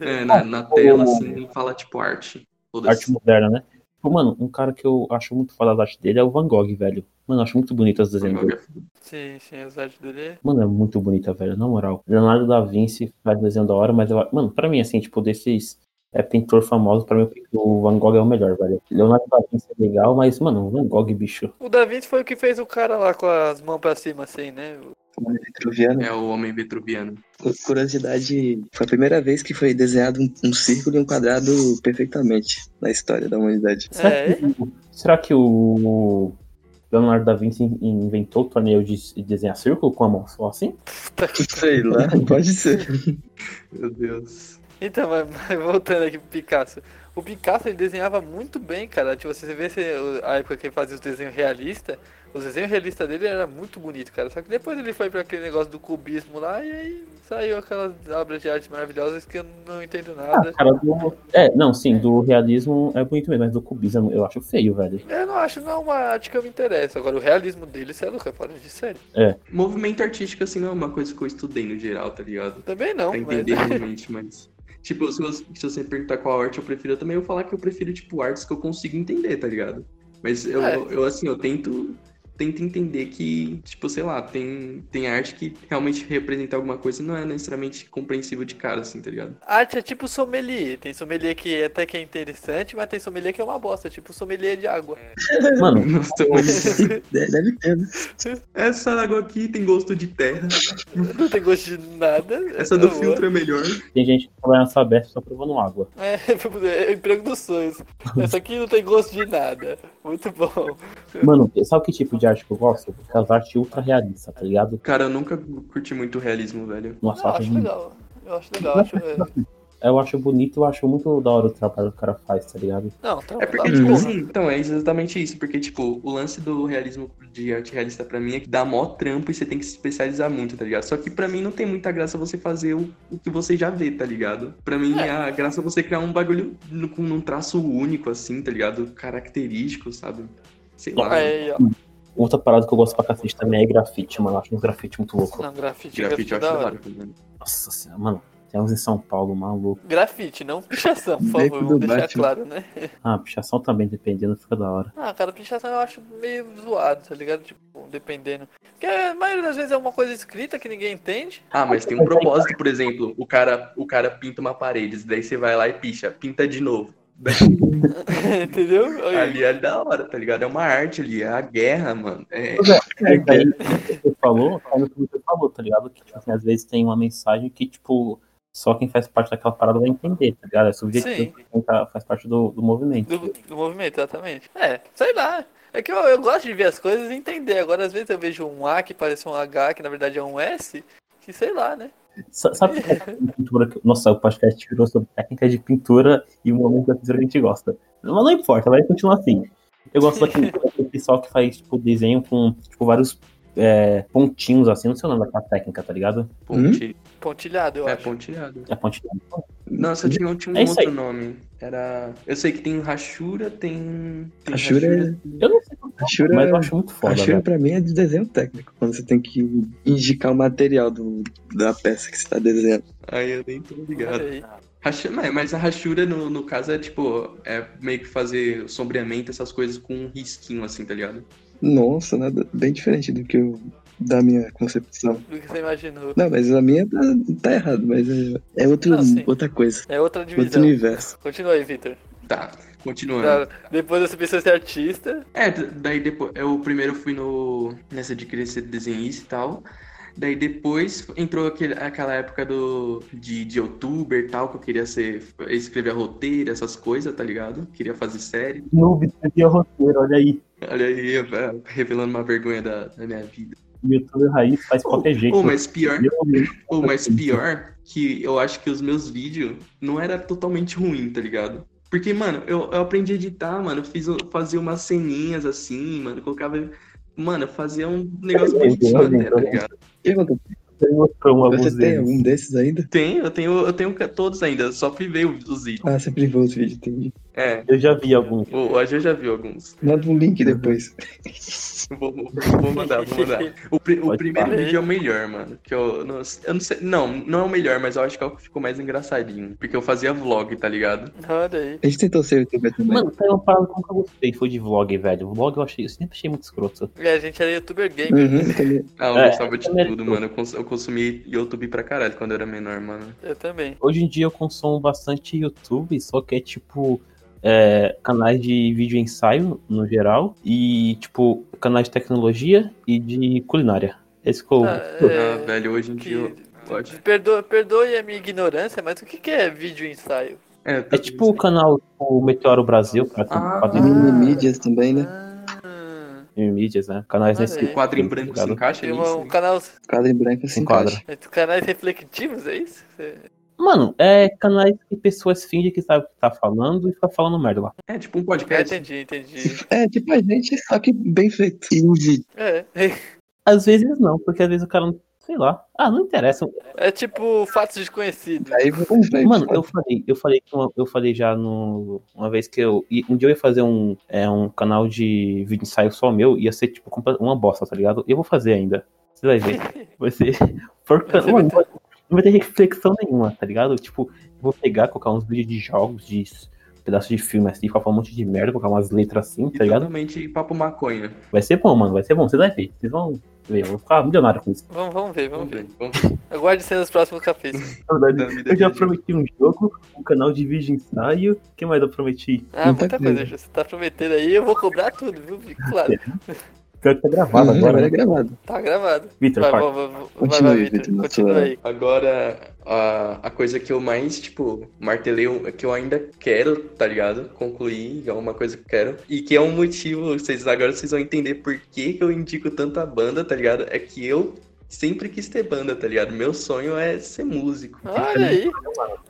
é, na, na tela, assim, e fala, tipo, arte. Foda-se. arte moderna, né? Tipo, mano, um cara que eu acho muito foda da arte dele é o Van Gogh, velho. Mano, eu acho muito bonito as desenhos é dele. Sim, sim, as artes dele. Mano, é muito bonita, velho, na moral. Leonardo da Vinci faz desenho da hora, mas eu... Mano, pra mim, assim, tipo, desses é pintor famoso, pra mim o Van Gogh é o melhor, velho. Leonardo da Vinci é legal, mas, mano, o Van Gogh, bicho. O Da Vinci foi o que fez o cara lá com as mãos pra cima, assim, né? Homem Vitruviano. É o homem vitruviano. Por curiosidade, foi a primeira vez que foi desenhado um, um círculo e um quadrado perfeitamente na história da humanidade. Será, É. que, o- será que o Leonardo da Vinci in- inventou o torneio de de desenhar círculo com a mão só assim? Sei lá, pode ser. Meu Deus. Então, mas, mas voltando aqui pro Picasso. O Picasso ele desenhava muito bem, cara. Tipo, você vê se- o- a época que ele fazia os desenhos realistas, os desenhos realistas dele era muito bonito, cara. Só que depois ele foi pra aquele negócio do cubismo lá e aí saiu aquelas obras de arte maravilhosas que eu não entendo Ah, nada. cara, do... É, não, sim, do realismo é bonito mesmo, mas do cubismo eu acho feio, velho. Eu não acho não é uma arte que eu me interesso. Agora, o realismo dele, você é louco, é fora de série. Movimento artístico, assim, não é uma coisa que eu estudei no geral, tá ligado? Também não, é. Pra mas... entender realmente, mas. Tipo, se você, se você perguntar qual arte eu prefiro, eu também vou falar que eu prefiro, tipo, artes que eu consigo entender, tá ligado? Mas eu, É. eu assim, eu tento, tento entender que, tipo, sei lá, tem, tem arte que realmente representa alguma coisa e não é necessariamente compreensível de cara, assim, tá ligado? Arte é tipo sommelier. Tem sommelier que até que é interessante, mas tem sommelier que é uma bosta. Tipo sommelier de água. É. Mano, É. Nossa, mas De- Deve ter, né? essa água aqui tem gosto de terra. Não tem gosto de nada. Essa do Boa. filtro é melhor. tem gente que trabalha nessa aberta só provando água. É, é o emprego dos sonhos. Essa aqui não tem gosto de nada. Muito bom. Mano, sabe que tipo de arte que eu gosto? Aquelas artes ultra realistas, tá ligado? Cara, eu nunca curti muito realismo, velho. Nossa, eu eu acho acho bonito. legal. Eu acho legal. Acho... Eu acho bonito, eu acho muito da hora o trabalho que o cara faz, tá ligado? Não, tá, É porque, tá tipo, bom. assim, então, é exatamente isso. Porque, tipo, o lance do realismo de arte realista pra mim é que dá mó trampo e você tem que se especializar muito, tá ligado? Só que pra mim não tem muita graça você fazer o, o que você já vê, tá ligado? Pra mim, É. a graça é você criar um bagulho no- com um traço único, assim, tá ligado? Característico, sabe? Sei lá. né? Aí, ó. Outra parada que eu gosto pra cacete também é grafite, mano. Eu acho um grafite muito louco. Não, grafite. Grafite Grafite eu é acho da da hora. hora, mano. Nossa senhora, mano. Tem uns em São Paulo, maluco. Grafite, não pichação, por Dentro favor. Vamos do deixar Batman. claro, né? Ah, pichação também, dependendo, fica da hora. Ah, cara, pichação eu acho meio zoado, tá ligado? Tipo, dependendo. Porque a maioria das vezes é uma coisa escrita que ninguém entende. Ah, mas tem um propósito, por exemplo, o cara, o cara pinta uma parede, daí você vai lá e picha, pinta de novo. Entendeu? Olha aí. Ali é da hora, tá ligado? É uma arte ali, é a guerra, mano. É, É, daí, você falou, cai no que você falou, tá ligado? Que tipo, assim, às vezes tem uma mensagem que, tipo, só quem faz parte daquela parada vai entender, tá ligado? É subjetivo, quem tá- faz parte do, do movimento. Do, do movimento, exatamente. É, sei lá. É que eu, eu gosto de ver as coisas e entender. Agora, às vezes, eu vejo um A que parece um H, que na verdade é um S, que sei lá, né? Sa- Sabe que técnica de pintura que... Nossa, o podcast virou sobre técnica de pintura e o momento da pintura que a gente gosta. Mas não importa, vai continuar assim. Eu gosto daquele, daquele pessoal que faz, tipo, desenho com, tipo, vários é, pontinhos, assim. Não sei o nome daquela técnica, tá ligado? Hum? ponte, Pontilhado, eu Hum? é acho. pontilhado. É pontilhado. Nossa, tinha, um- tinha um É isso outro aí. nome. Era. Eu sei que tem rachura, tem. tem Hashura é- Eu não sei como Hashura- é, mas eu acho muito foda, Achei velho. pra mim é de desenho técnico, quando você tem que indicar o material do, da peça que você tá desenhando. Aí eu nem tô ligado. Olha aí. Rachu- mas- Mas a rachura, no, no caso, é tipo. É meio que fazer sombreamento, essas coisas com um risquinho, assim, tá ligado? Nossa, nada bem diferente do que eu, da minha concepção. Do que você imaginou. Não, mas a minha tá, tá errado, mas é, é outro, Não, sim. outra coisa, É outra outro divisão. universo. Continua aí, Victor. Tá, continuando. Pra- Depois você pensou em ser artista. É, d- daí depois eu primeiro fui no nessa de querer ser desenhista e tal. Daí depois entrou aquele, aquela época do de, de youtuber e tal, que eu queria ser escrever roteiro, essas coisas, tá ligado? Queria fazer série. é Noob, escrevia roteiro, olha aí. Olha aí, eu- eu revelando uma vergonha da, da minha vida. YouTube raiz faz qualquer jeito. Ou mas pior, Eu- ou mas pior que eu acho que os meus vídeos não era totalmente ruim, tá ligado? Porque, mano, eu, eu aprendi a editar, mano, eu fiz, eu fazia umas ceninhas assim, mano, eu colocava. Mano, eu fazia um negócio Meu Deus, bonitinho até, tá então. ligado? Pergunta, eu mostrou alguns você tem deles. algum desses ainda? Tem, eu tenho, eu tenho ca- todos ainda, eu só privei os vídeos. Ah, você privou os vídeos, entendi. É, Eu já vi alguns. o, a gente já viu alguns. Manda um link depois. Vou, vou- vou mandar, vou mandar. O, pri- o Pode primeiro falar. vídeo é o melhor, mano. Que eu, não- eu não sei. Não, não é o melhor, mas eu acho que é o que ficou mais engraçadinho. Porque eu fazia vlog, tá ligado? Olha aí. A gente tentou ser youtuber também. Mano, foi uma parada que eu nunca gostei. Foi de vlog, velho. Vlog eu, achei, eu sempre achei muito escroto. E É, a gente era youtuber game. Uhum, também. Ah, eu É, gostava de também tudo, tô. mano. Eu, cons- eu consumi YouTube pra caralho quando eu era menor, mano. Eu também. Hoje em dia eu consumo bastante YouTube, só que é tipo é, canais de vídeo ensaio no geral e tipo canais de tecnologia e de culinária. Esse que eu. Ah, Ah, é, velho, hoje em dia. eu- que... Pode. perdoe, perdoe a minha ignorância, mas o que, que é vídeo ensaio? É, É tipo o canal tipo, Meteoro Brasil, pra quem Ah. faz Mini mídias também, né? Ah, em mídias, né? Canais Olha nesse. aí. assim, Quadro em branco se encaixa tem nisso? uma- um canal, Quadro em branco assim, se Em quadra. encaixa. canais reflexivos, é isso? Cê- Mano, é canais que pessoas fingem que sabem o que tá falando e fica falando merda lá. É tipo um Ah, podcast. entendi, entendi. É, tipo a gente, só que bem feito. E um vídeo. É, Às vezes não, porque às vezes o cara não. Sei lá. Ah, não interessa. é tipo fatos desconhecidos. Aí foi bem feito. Mano, eu falei, eu falei que uma- eu falei já no, uma vez que eu. e Um dia eu ia fazer um, é, um canal de vídeo ensaio só meu, ia ser tipo compa- uma bosta, tá ligado? Eu vou fazer ainda. Você vai ver. Vai ser. porca- Vai ser Mano, não vai ter reflexão nenhuma, tá ligado? Tipo, eu vou pegar, colocar uns vídeos de jogos, de s- pedaço de filme assim, ficar falando um monte de merda, colocar umas letras assim, E tá ligado? totalmente papo maconha. Vai ser bom, mano. Vai ser bom, vocês vão ver. Vocês vão ver, eu vou ficar milionário com isso. Vamos, vamos ver, Vamos vamos ver. ver. Vamos ver. Aguarde cenas próximos cafés. Na verdade, Da vida eu já de gente. prometi um jogo, um canal de vídeo ensaio. O que mais eu prometi? Ah, Muita muita coisa, coisa. Ju, você tá prometendo aí, eu vou cobrar tudo, viu? Vic? Claro, Pior que tá gravado Uhum, agora. Tá agora né? é gravado. tá gravado. Vitor, Vai, corta. vai, vai, vai, Continua vai, aí, Vitor, Vitor, na continua sua- aí. Agora, a, a coisa que eu mais, tipo, martelei, que eu ainda quero, tá ligado? Concluir, é uma coisa que eu quero. E que é um motivo, vocês agora vocês vão entender por que que eu indico tanta banda, tá ligado? É que eu sempre quis ter banda, tá ligado? Meu sonho é ser músico. Olha aí,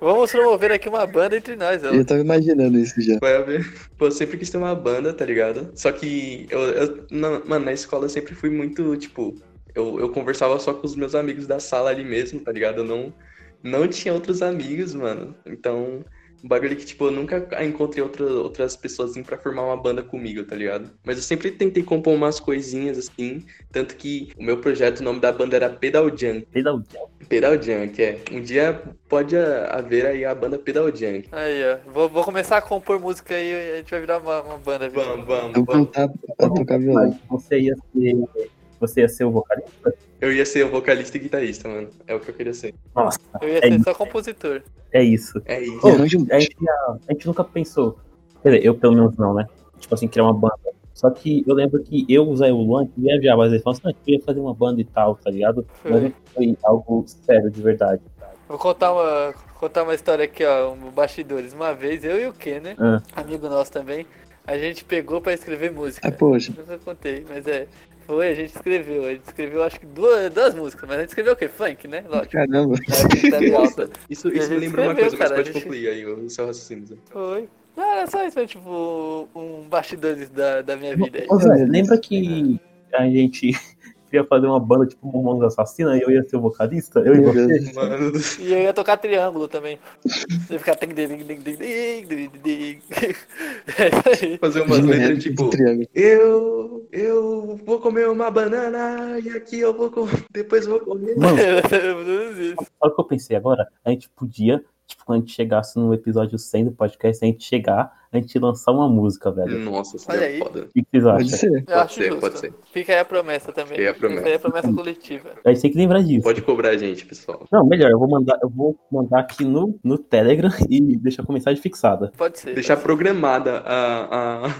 vamos promover aqui uma banda entre nós. ó. Eu tava imaginando isso já. Vai haver. Pô, eu sempre quis ter uma banda, tá ligado? Só que eu, eu- na- mano, na escola eu sempre fui muito, tipo, eu, eu conversava só com os meus amigos da sala ali mesmo, tá ligado? Eu não, não tinha outros amigos, mano. Então, um bagulho que, tipo, eu nunca encontrei outra, outras pessoas assim pra formar uma banda comigo, tá ligado? Mas eu sempre tentei compor umas coisinhas assim. Tanto que o meu projeto, o nome da banda era Pedal Junk. Pedal Pedal Junk, é. Um dia pode ah, haver aí a banda Pedal Junk. Aí, ó. Vou, vou começar a compor música aí e a gente vai virar uma, uma banda. Vitor. Vamos, Eu vamos, vou vamos. voltar a tocar violão. Você ia ser. Você ia ser o vocalista? Eu ia ser o vocalista e guitarrista, mano. É o que eu queria ser. Nossa, Eu ia É ser isso. só compositor. é isso. É isso. E arranja um A gente, já- a gente nunca pensou. Quer dizer, eu pelo menos não, né? Tipo assim, criar uma banda. Só que eu lembro que eu, o Zé e o Luan, que viajava, às vezes falavam assim, ah, eu ia fazer uma banda e tal, tá ligado? Mas Foi. não foi algo sério, de verdade. Vou contar uma, contar uma história aqui, ó, um bastidores. Uma vez, eu e o Ken, né? Ah. Amigo nosso também, a gente pegou pra escrever música. Ah, poxa. Nunca contei, mas é. Foi, a gente escreveu. A gente escreveu acho que duas, duas músicas, mas a gente escreveu o quê? Funk, né? Lógico. Caramba. Na época que tava em alta. Isso, E a isso me gente lembra uma escreveu, coisa, cara, mas a pode gente- concluir aí o seu raciocínio. Zé. Foi. Não, era só isso, foi tipo um bastidores da, da minha é vida aí. Ô, Zé, né? lembra que a gente queria fazer uma banda tipo Mormons Assassina e eu ia ser o vocalista? Eu e Meu você? Deus. Mano, do céu. E eu ia tocar triângulo também. Ia ficar. ding, ding, ding, ding, ding, ding, ding. É isso aí. fazer umas Jimi letras Hendrix tipo. do triângulo. Eu. Eu vou comer uma banana e aqui eu vou. co- Depois eu vou comer. Mano, Isso. Sabe o que eu pensei agora? A gente podia, tipo, quando a gente chegasse no episódio 100 do podcast, a gente chegar, a gente lançar uma música, velho. Nossa, isso Olha é aí. foda. O que vocês Pode acham? ser. Eu acho ser, justo. pode ser. Fica aí a promessa também. Fica aí a promessa. Fica aí a promessa coletiva. A gente tem que lembrar disso. Pode cobrar a gente, pessoal. Não, melhor, eu vou mandar, eu vou mandar aqui no, no Telegram e deixar com mensagem fixada. Pode ser. Deixar pode programada a, a,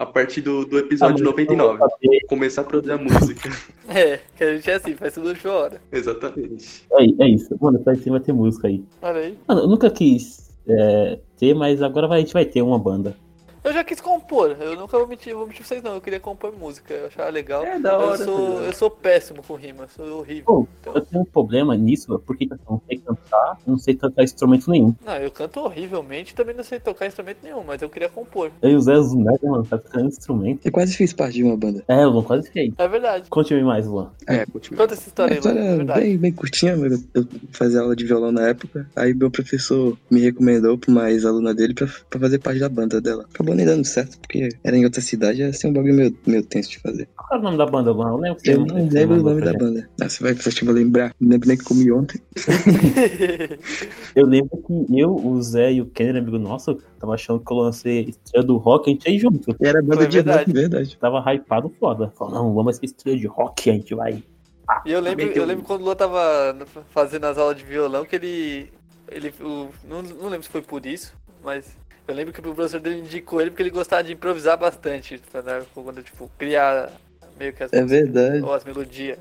a partir do, do episódio Ah, mas eu não 99. vou saber. Começar a produzir a música. ser. É, que a gente é assim, faz tudo de hora. Exatamente. É, é isso. Mano, vai ter, vai ter música aí. Olha aí. Mano, eu nunca quis é, ter, mas agora vai- a gente vai ter uma banda. Eu já quis compor compor. Eu nunca vou mentir, vou mentir pra vocês não. Eu queria compor música, eu achava legal. É da hora. eu, sou, eu sou péssimo com rima, eu sou horrível. Pô, eu tenho um problema nisso, porque eu não sei cantar, não sei cantar instrumento nenhum. Não, eu canto horrivelmente também não sei tocar instrumento nenhum, mas eu queria compor. Eu e o Zé Zuneca, mano, tá tocando instrumento. Eu quase fiz parte de uma banda. É, Luan, quase fiquei. É verdade. Continue mais, Luan. É, continua. Conta essa história A aí, mano. história É era verdade. bem, bem curtinha, mas eu, eu fazia aula de violão na época. Aí meu professor me recomendou pra uma ex-aluna dele pra, pra fazer parte da banda dela. Acabou nem dando certo, porque era em outra cidade, ia ser um bagulho meio, meio tenso de fazer. Qual era o nome da banda, Luan? Eu lembro que você Eu não você lembro o mandou nome pra da banda. Ah, você vai pra lembrar. Não lembro nem que comi ontem. Eu lembro que eu, o Zé e o Kenner, amigo nosso, tava achando que eu lancei estrela do rock, a gente ia junto. E era banda Foi de rock, verdade. verdade. Tava hypado foda. Falou, não, vamos ser estrela de rock, a gente vai. E eu lembro, Também tem eu um- lembro quando o Lua tava fazendo as aulas de violão que ele. ele o- não, não lembro se foi por isso, mas eu lembro que o professor dele indicou ele porque ele gostava de improvisar bastante. né, Quando, tipo, criar meio que as, É verdade. ou as melodias.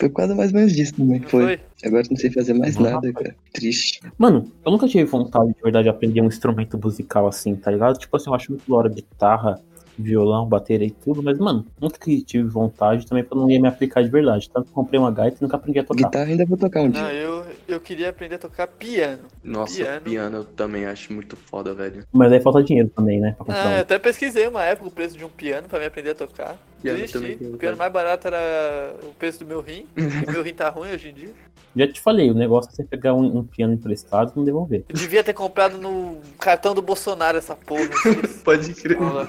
Foi quase mais ou menos disso também. Não Foi. foi? Agora eu não sei fazer mais Não, nada, cara. Triste. Mano, eu nunca tive vontade, de verdade, de aprender um instrumento musical assim, tá ligado? Tipo assim, eu acho muito da hora guitarra, violão, bateria e tudo, mas, mano, nunca que tive vontade também pra não ia me aplicar de verdade. Tanto que comprei uma gaita e nunca aprendi a tocar. Guitarra ainda vou tocar um Não, dia. eu, eu queria aprender a tocar piano. Nossa, Piano. piano. eu também acho muito foda, velho. Mas aí falta dinheiro também, né? Pra comprar Ah, eu um. até pesquisei uma época o preço de um piano pra me aprender a tocar. Piano também Desisti. tem O um piano preço. mais barato era o preço do meu rim. e meu rim tá ruim hoje em dia. Já te falei, o negócio é você pegar um, um piano emprestado e não devolver. Eu devia ter comprado no cartão do Bolsonaro essa porra. esses Pode crer. bola.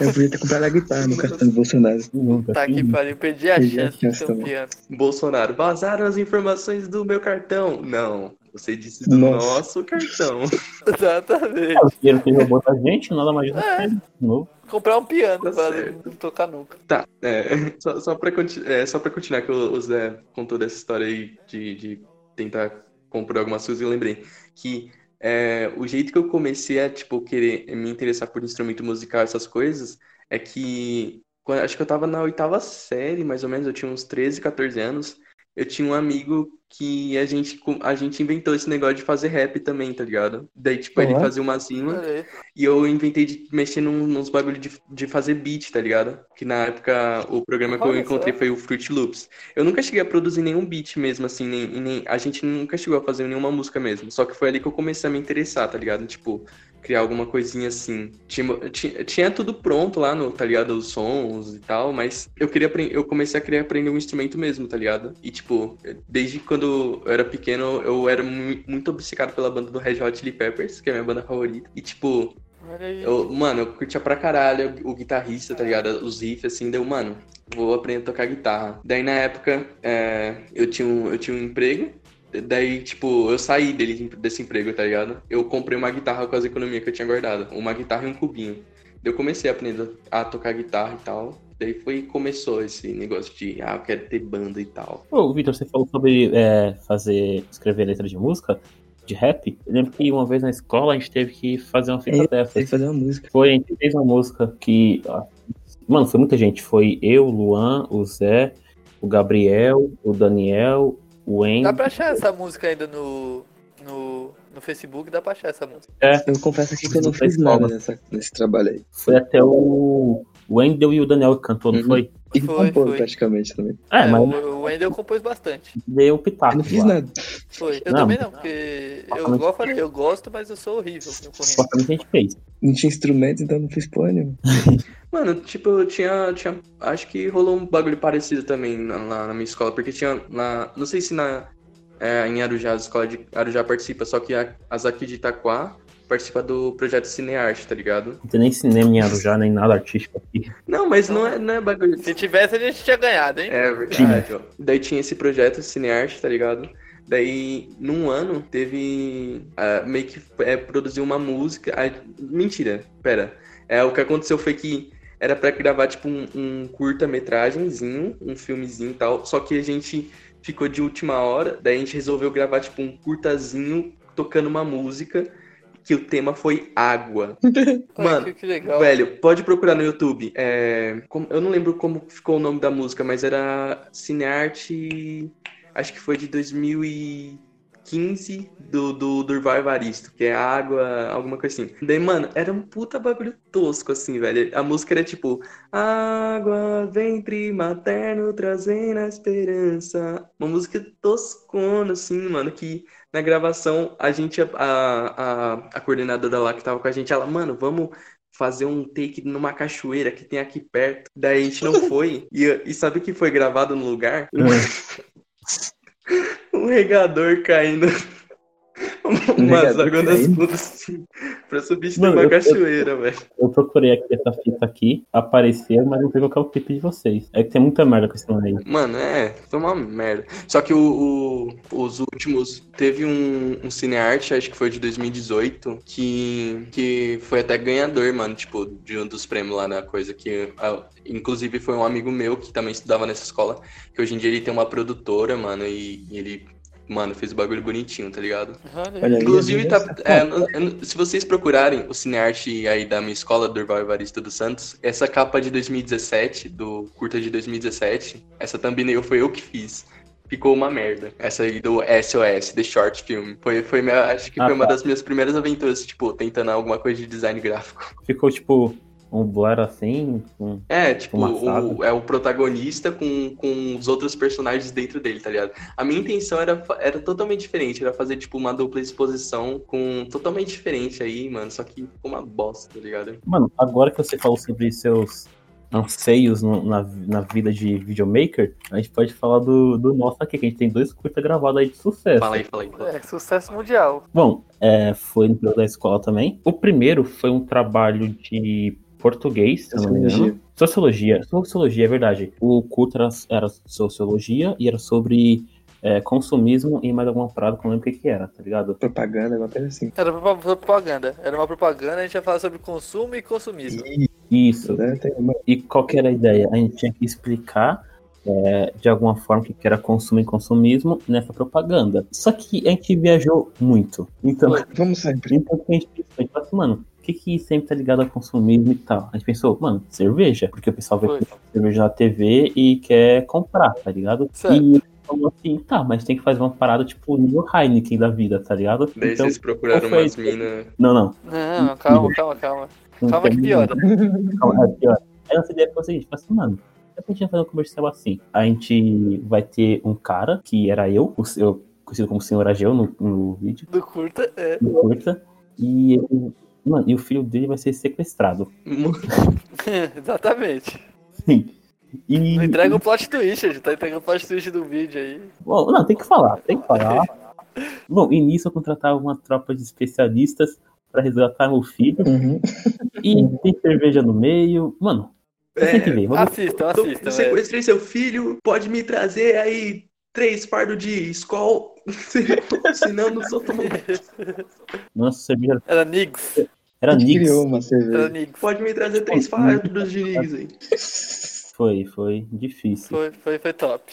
Eu podia ter comprado a guitarra é no cartão do Bolsonaro. Nunca. tá aqui, Hum, pariu. Perdi a Perdi a chance de chance ser um também. piano. Bolsonaro, vazaram as informações do meu cartão. Não, você disse do Nossa. nosso cartão. Exatamente. o dinheiro que roubou da gente, nada mais justo É. que de novo. Comprar um piano Tá pra certo. não tocar nunca. Tá, é, só, só, pra, conti- é, só pra continuar que o o Zé contou dessa história aí de, de tentar comprar algumas coisas, eu lembrei que é, o jeito que eu comecei a, tipo, querer me interessar por instrumento musical, essas coisas, é que, quando- acho que eu tava na oitava série, mais ou menos, eu tinha uns 13, 14 anos, eu tinha um amigo que a gente, co- a gente inventou esse negócio de fazer rap também, tá ligado? Daí, tipo, ele Uhum. fazia umas rimas, Olha aí. e eu inventei de mexer num, nos bagulho de, de fazer beat, tá ligado? Que na época o programa que eu Olha só. encontrei foi o Fruit Loops. Eu nunca cheguei a produzir nenhum beat mesmo, assim, nem, nem- a gente nunca chegou a fazer nenhuma música mesmo. Só que foi ali que eu comecei a me interessar, tá ligado? Tipo, criar alguma coisinha assim. Tinha, tinha, tinha tudo pronto lá no, tá ligado? Os sons e tal, mas eu queria apren- eu comecei a querer aprender um instrumento mesmo, tá ligado? E tipo, desde quando eu era pequeno, eu era mu- muito obcecado pela banda do Red Hot Chili Peppers, que é a minha banda favorita. E tipo, Olha aí. eu, mano, eu curtia pra caralho o guitarrista, tá ligado? Os riffs, assim, deu, mano, vou aprender a tocar guitarra. Daí, na época, é, eu, tinha um, eu tinha um emprego, daí, tipo, eu saí dele, desse emprego, tá ligado? Eu comprei uma guitarra com as economias que eu tinha guardado, uma guitarra e um cubinho. Daí eu comecei a aprender a tocar guitarra e tal. Daí foi começou esse negócio de, ah, eu quero ter banda e tal. Ô, Vitor, você falou sobre é, fazer, escrever letra de música, de rap. Eu lembro que uma vez na escola a gente teve que fazer uma fita É, dessa. Tem que fazer uma música. Foi, a gente fez uma música que. ó, Mano, foi muita gente. Foi eu, o Luan, o Zé, o Gabriel, o Daniel, o Andy. Dá pra achar essa música ainda no, no, no Facebook, dá pra achar essa música. Eu confesso aqui que eu não Da é fiz escola. nada nessa, nesse trabalho aí. Foi até o. O Wendel e o Daniel que cantou, não Uhum. foi? E Foi, compor foi. praticamente também. É, mas o, o Wendel compôs bastante. deu o Ah, pitaco. Eu não fiz lá. nada. Foi. Eu Não, também mas- não, porque Ah, eu, mas- igual eu falei, eu gosto, mas eu sou horrível com rima. Só que a gente fez. Não tinha instrumento, então não fiz porra nenhuma. Mano, tipo, eu tinha, tinha. Acho que rolou um bagulho parecido também na, lá na minha escola, porque tinha. Na, não sei se na, é, em Arujá, a escola de Arujá participa, só que a, as aqui de Itaquá participa do projeto Cinearte, tá ligado? Não tem nem cinema em Arujá, nem nada artístico aqui. Não, mas não é, não é bagulho. Se tivesse, a gente tinha ganhado, hein? É verdade, ó. Daí tinha esse projeto Cinearte, tá ligado? Daí, num ano, teve. ah, meio que é, produziu uma música. ah, mentira, pera. É, o que aconteceu foi que era pra gravar, tipo, um, um curta-metragenzinho, um filmezinho e tal. Só que a gente ficou de última hora, daí a gente resolveu gravar, tipo, um curtazinho tocando uma música. Que o tema foi água. Olha Mano, que, que legal. Velho, pode procurar no YouTube. É, como- eu não lembro como ficou o nome da música, mas era Cinearte. Acho que foi de 2015, 15 do, do, do Durval Evaristo, que é água, alguma coisa assim. Daí, mano, era um puta bagulho tosco, assim, velho. A música era tipo: Água, ventre materno, trazendo a esperança. Uma música toscona, assim, mano, que na gravação a gente, a, a, a coordenadora lá que tava com a gente, ela, mano, vamos fazer um take numa cachoeira que tem aqui perto. Daí a gente não foi. E, e sabe o que foi gravado no lugar? um regador caindo. Um Umas regador águas das caindo? putas pra substituir Mano, uma eu- eu- cachoeira, velho. Eu procurei aqui essa fita aqui, apareceu, mas não pegou qual clipe de vocês. É que tem muita merda com esse nome aí. Mano, é, foi uma merda. Só que o- o- os últimos. Teve um, um cinearte, acho que foi de 2018, que, que foi até ganhador, mano, tipo, de um dos prêmios lá na coisa. Que, ah, inclusive, foi um amigo meu que também estudava nessa escola, que hoje em dia ele tem uma produtora, mano, e, e ele, mano, fez o bagulho bonitinho, tá ligado? Olha aí. Inclusive, beleza. tá- é, no- é, no- se vocês procurarem o cinearte aí da minha escola, Durval Evaristo dos Santos, essa capa de 2017, do curta de 2017, essa thumbnail foi eu que fiz. Ficou uma merda. Essa aí do SOS, The Short Film. Foi, foi minha- acho que Ah, foi uma tá. das minhas primeiras aventuras, tipo, tentando alguma coisa de design gráfico. Ficou tipo um blur assim, um... É, tipo, Uma saga. o, é o protagonista com, com os outros personagens dentro dele, tá ligado? A minha intenção era, fa- era totalmente diferente, era fazer, tipo, uma dupla exposição com totalmente diferente aí, mano. Só que ficou uma bosta, tá ligado? Mano, agora que você falou sobre seus anseios no- na, na vida de videomaker, a gente pode falar do, do nosso aqui, que a gente tem dois curtas gravados aí de sucesso. Fala aí, fala aí. Fala. aí. É, sucesso mundial. Bom, é, foi no período da escola também. O primeiro foi um trabalho de português, se eu não me engano. Sociologia. Sociologia, sociologia, é verdade. O curto era, era sociologia e era sobre é, consumismo e mais alguma parada que eu não lembro o que, que era, tá ligado? Propaganda, alguma coisa assim. Era uma propaganda. Era uma propaganda, a gente ia falar sobre consumo e consumismo. Ih, Isso. né, tem uma- E qual que era a ideia? A gente tinha que explicar é, de alguma forma o que que era consumo e consumismo nessa propaganda. Só que a gente viajou muito. Então, Vamos sempre. então o que a gente pensou? A gente falou assim, mano, o que, que sempre tá ligado a consumismo e tal? A gente pensou, mano, cerveja. Porque o pessoal vê Foi. cerveja na TV e quer comprar, tá ligado? Certo. E ele falou assim, tá, mas tem que fazer uma parada tipo nível Heineken da vida, tá ligado? Daí vocês procuraram qual foi umas esse? minas. Não, não. Não, calma, calma, calma. não Calma tem que nenhum. piora. Calma, aqui, ó. Aí nossa ideia foi o seguinte, foi assim, mano, a gente vai fazer um comercial assim. A gente vai ter um cara, que era eu, o seu, conhecido como Senhor Ageu no, no vídeo, Do curta, é. no curta, e ele- mano, e o filho dele vai ser sequestrado. é, Exatamente. E, Não entrega o plot twist, a gente tá entregando o plot twist do vídeo aí. Bom, não, tem que falar, tem que falar. Bom, e nisso eu contratava uma tropa de especialistas pra resgatar meu filho. Uhum. E tem cerveja no meio. Mano, você tem que É, ver. Vamos Assistam, Então, assistam. é. É, sequestrei seu filho, pode me trazer aí três fardos de Skol, senão não sou tomando. Nossa, cerveja Era Niggs. era A gente Tá Nix. criou uma cerveja. É. Era Niggs. Pode me trazer três fardos de Niggs aí. Foi, foi difícil. Foi, foi, foi top.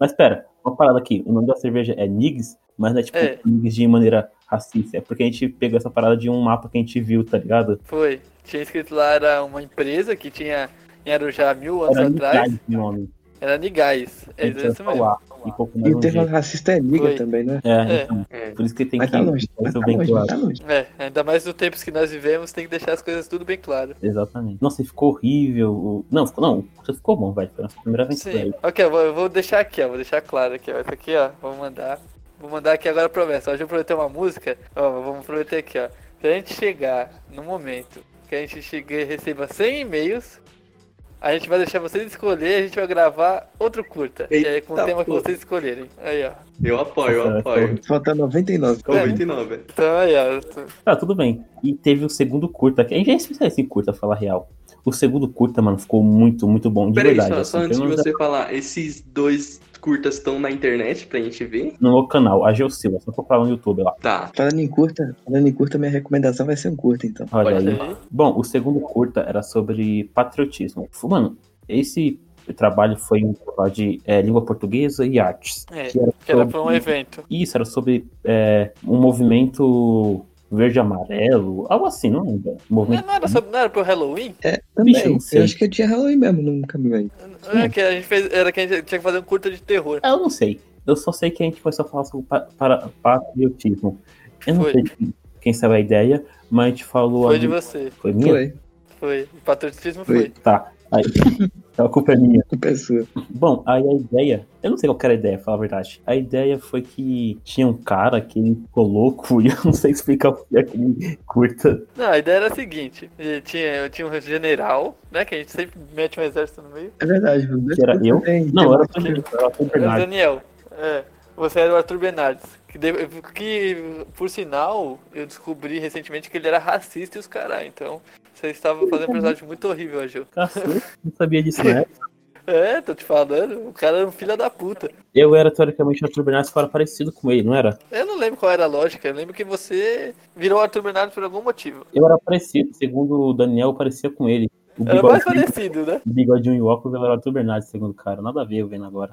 Mas pera, uma parada aqui. O nome da cerveja é Niggs, mas não é tipo É. Niggs de maneira racista. É porque a gente pegou essa parada de um mapa que a gente viu, tá ligado? Foi. Tinha escrito lá, era uma empresa que tinha em Arujá mil anos Era atrás. Niggs o nome. Era Nigais. A É gente ia isso mesmo. falar. E pouco E mais o um termo jeito. racista é liga Foi. também, né? É, É. então, É. por isso que tem Mas que tá longe. Mas isso tá bem longe, mas claro. tá longe. É, ainda mais nos tempos que nós vivemos, tem que deixar as coisas tudo bem claro. Exatamente. Nossa, e ficou horrível. O- Não, ficou, não, o curso ficou bom, velho. Foi a nossa primeira aventura. Sim. aí. Ok, eu vou, eu vou deixar aqui, ó. Vou deixar claro aqui, ó. Isso aqui, ó. Vou mandar. Vou mandar aqui agora a promessa. Hoje eu prometi uma música. Ó, vamos prometer aqui, ó. Se a gente chegar no momento que a gente chegue e receba 100 e-mails, a gente vai deixar vocês escolher, a gente vai gravar outro curta. e aí com o Eita, tema que pô. vocês escolherem. Aí, ó. Eu apoio, eu é, apoio. Falta 99. Ficou 89, velho. Então aí, ó. Tá, tudo bem. E teve o segundo curta. que A gente é especialista em curta, falar a real. O segundo curta, mano, ficou muito, muito bom. De Peraí, verdade. só, assim, só antes de pelo menos você falar, esses dois curtas estão na internet pra gente ver? No meu canal, a Geocila. Só procurar no YouTube lá. Tá. Falando em curta, falando em curta, minha recomendação vai ser um curta, então. Olha Olha aí. aí. Bom, o segundo curta era sobre patriotismo. Mano, esse trabalho foi um trabalho de eh, língua portuguesa e artes. É, Que era que era sobre- pra um evento. Isso, era sobre eh, um movimento verde-amarelo, algo assim, não lembro. Não, Movimento não era, sobre, não era pro Halloween? É, também. Bicho, eu não eu, sei. acho que eu tinha Halloween mesmo no caminho aí. Não, é que a gente fez, era que a gente tinha que fazer um curta de terror. Ah, eu não sei. Eu só sei que a gente começou a falar sobre pa- para- patriotismo. Eu não Foi. sei de quem sabe a ideia, mas a gente falou. Foi ali- de você. Foi minha? Foi, Foi. O patriotismo Foi. foi. Tá. Aí. Então a culpa é minha. culpa é sua. Bom, aí a ideia. Eu não sei qual que era a ideia, pra falar a verdade. A ideia foi que tinha um cara que ele ficou louco e eu não sei explicar o que é que ele curta. Não, a ideia era a seguinte: eu tinha, eu tinha um general, né? Que a gente sempre mete um exército no meio. É verdade, viu? Que era eu? Tem- Não, tem- era o Daniel. Era o Era o Bernardo. Daniel. É. Você era o Arthur Bernardes. Que, de- que, por sinal, eu descobri recentemente que ele era racista e os caras. Então, você estava fazendo um personagem muito horrível, Gil. Cacete, não sabia disso, né? É, tô te falando. O cara era um filho da puta. Eu era teoricamente o Arthur Bernardo, que era parecido com ele, não era? Eu não lembro qual era a lógica. Eu lembro que você virou Arthur Bernardes por algum motivo. Eu era parecido, segundo o Daniel, eu parecia com ele. O Era mais bigodinho, parecido, né? o bigodinho e o óculos era o Arthur Bernardo, segundo o cara. Nada a ver, eu vendo agora.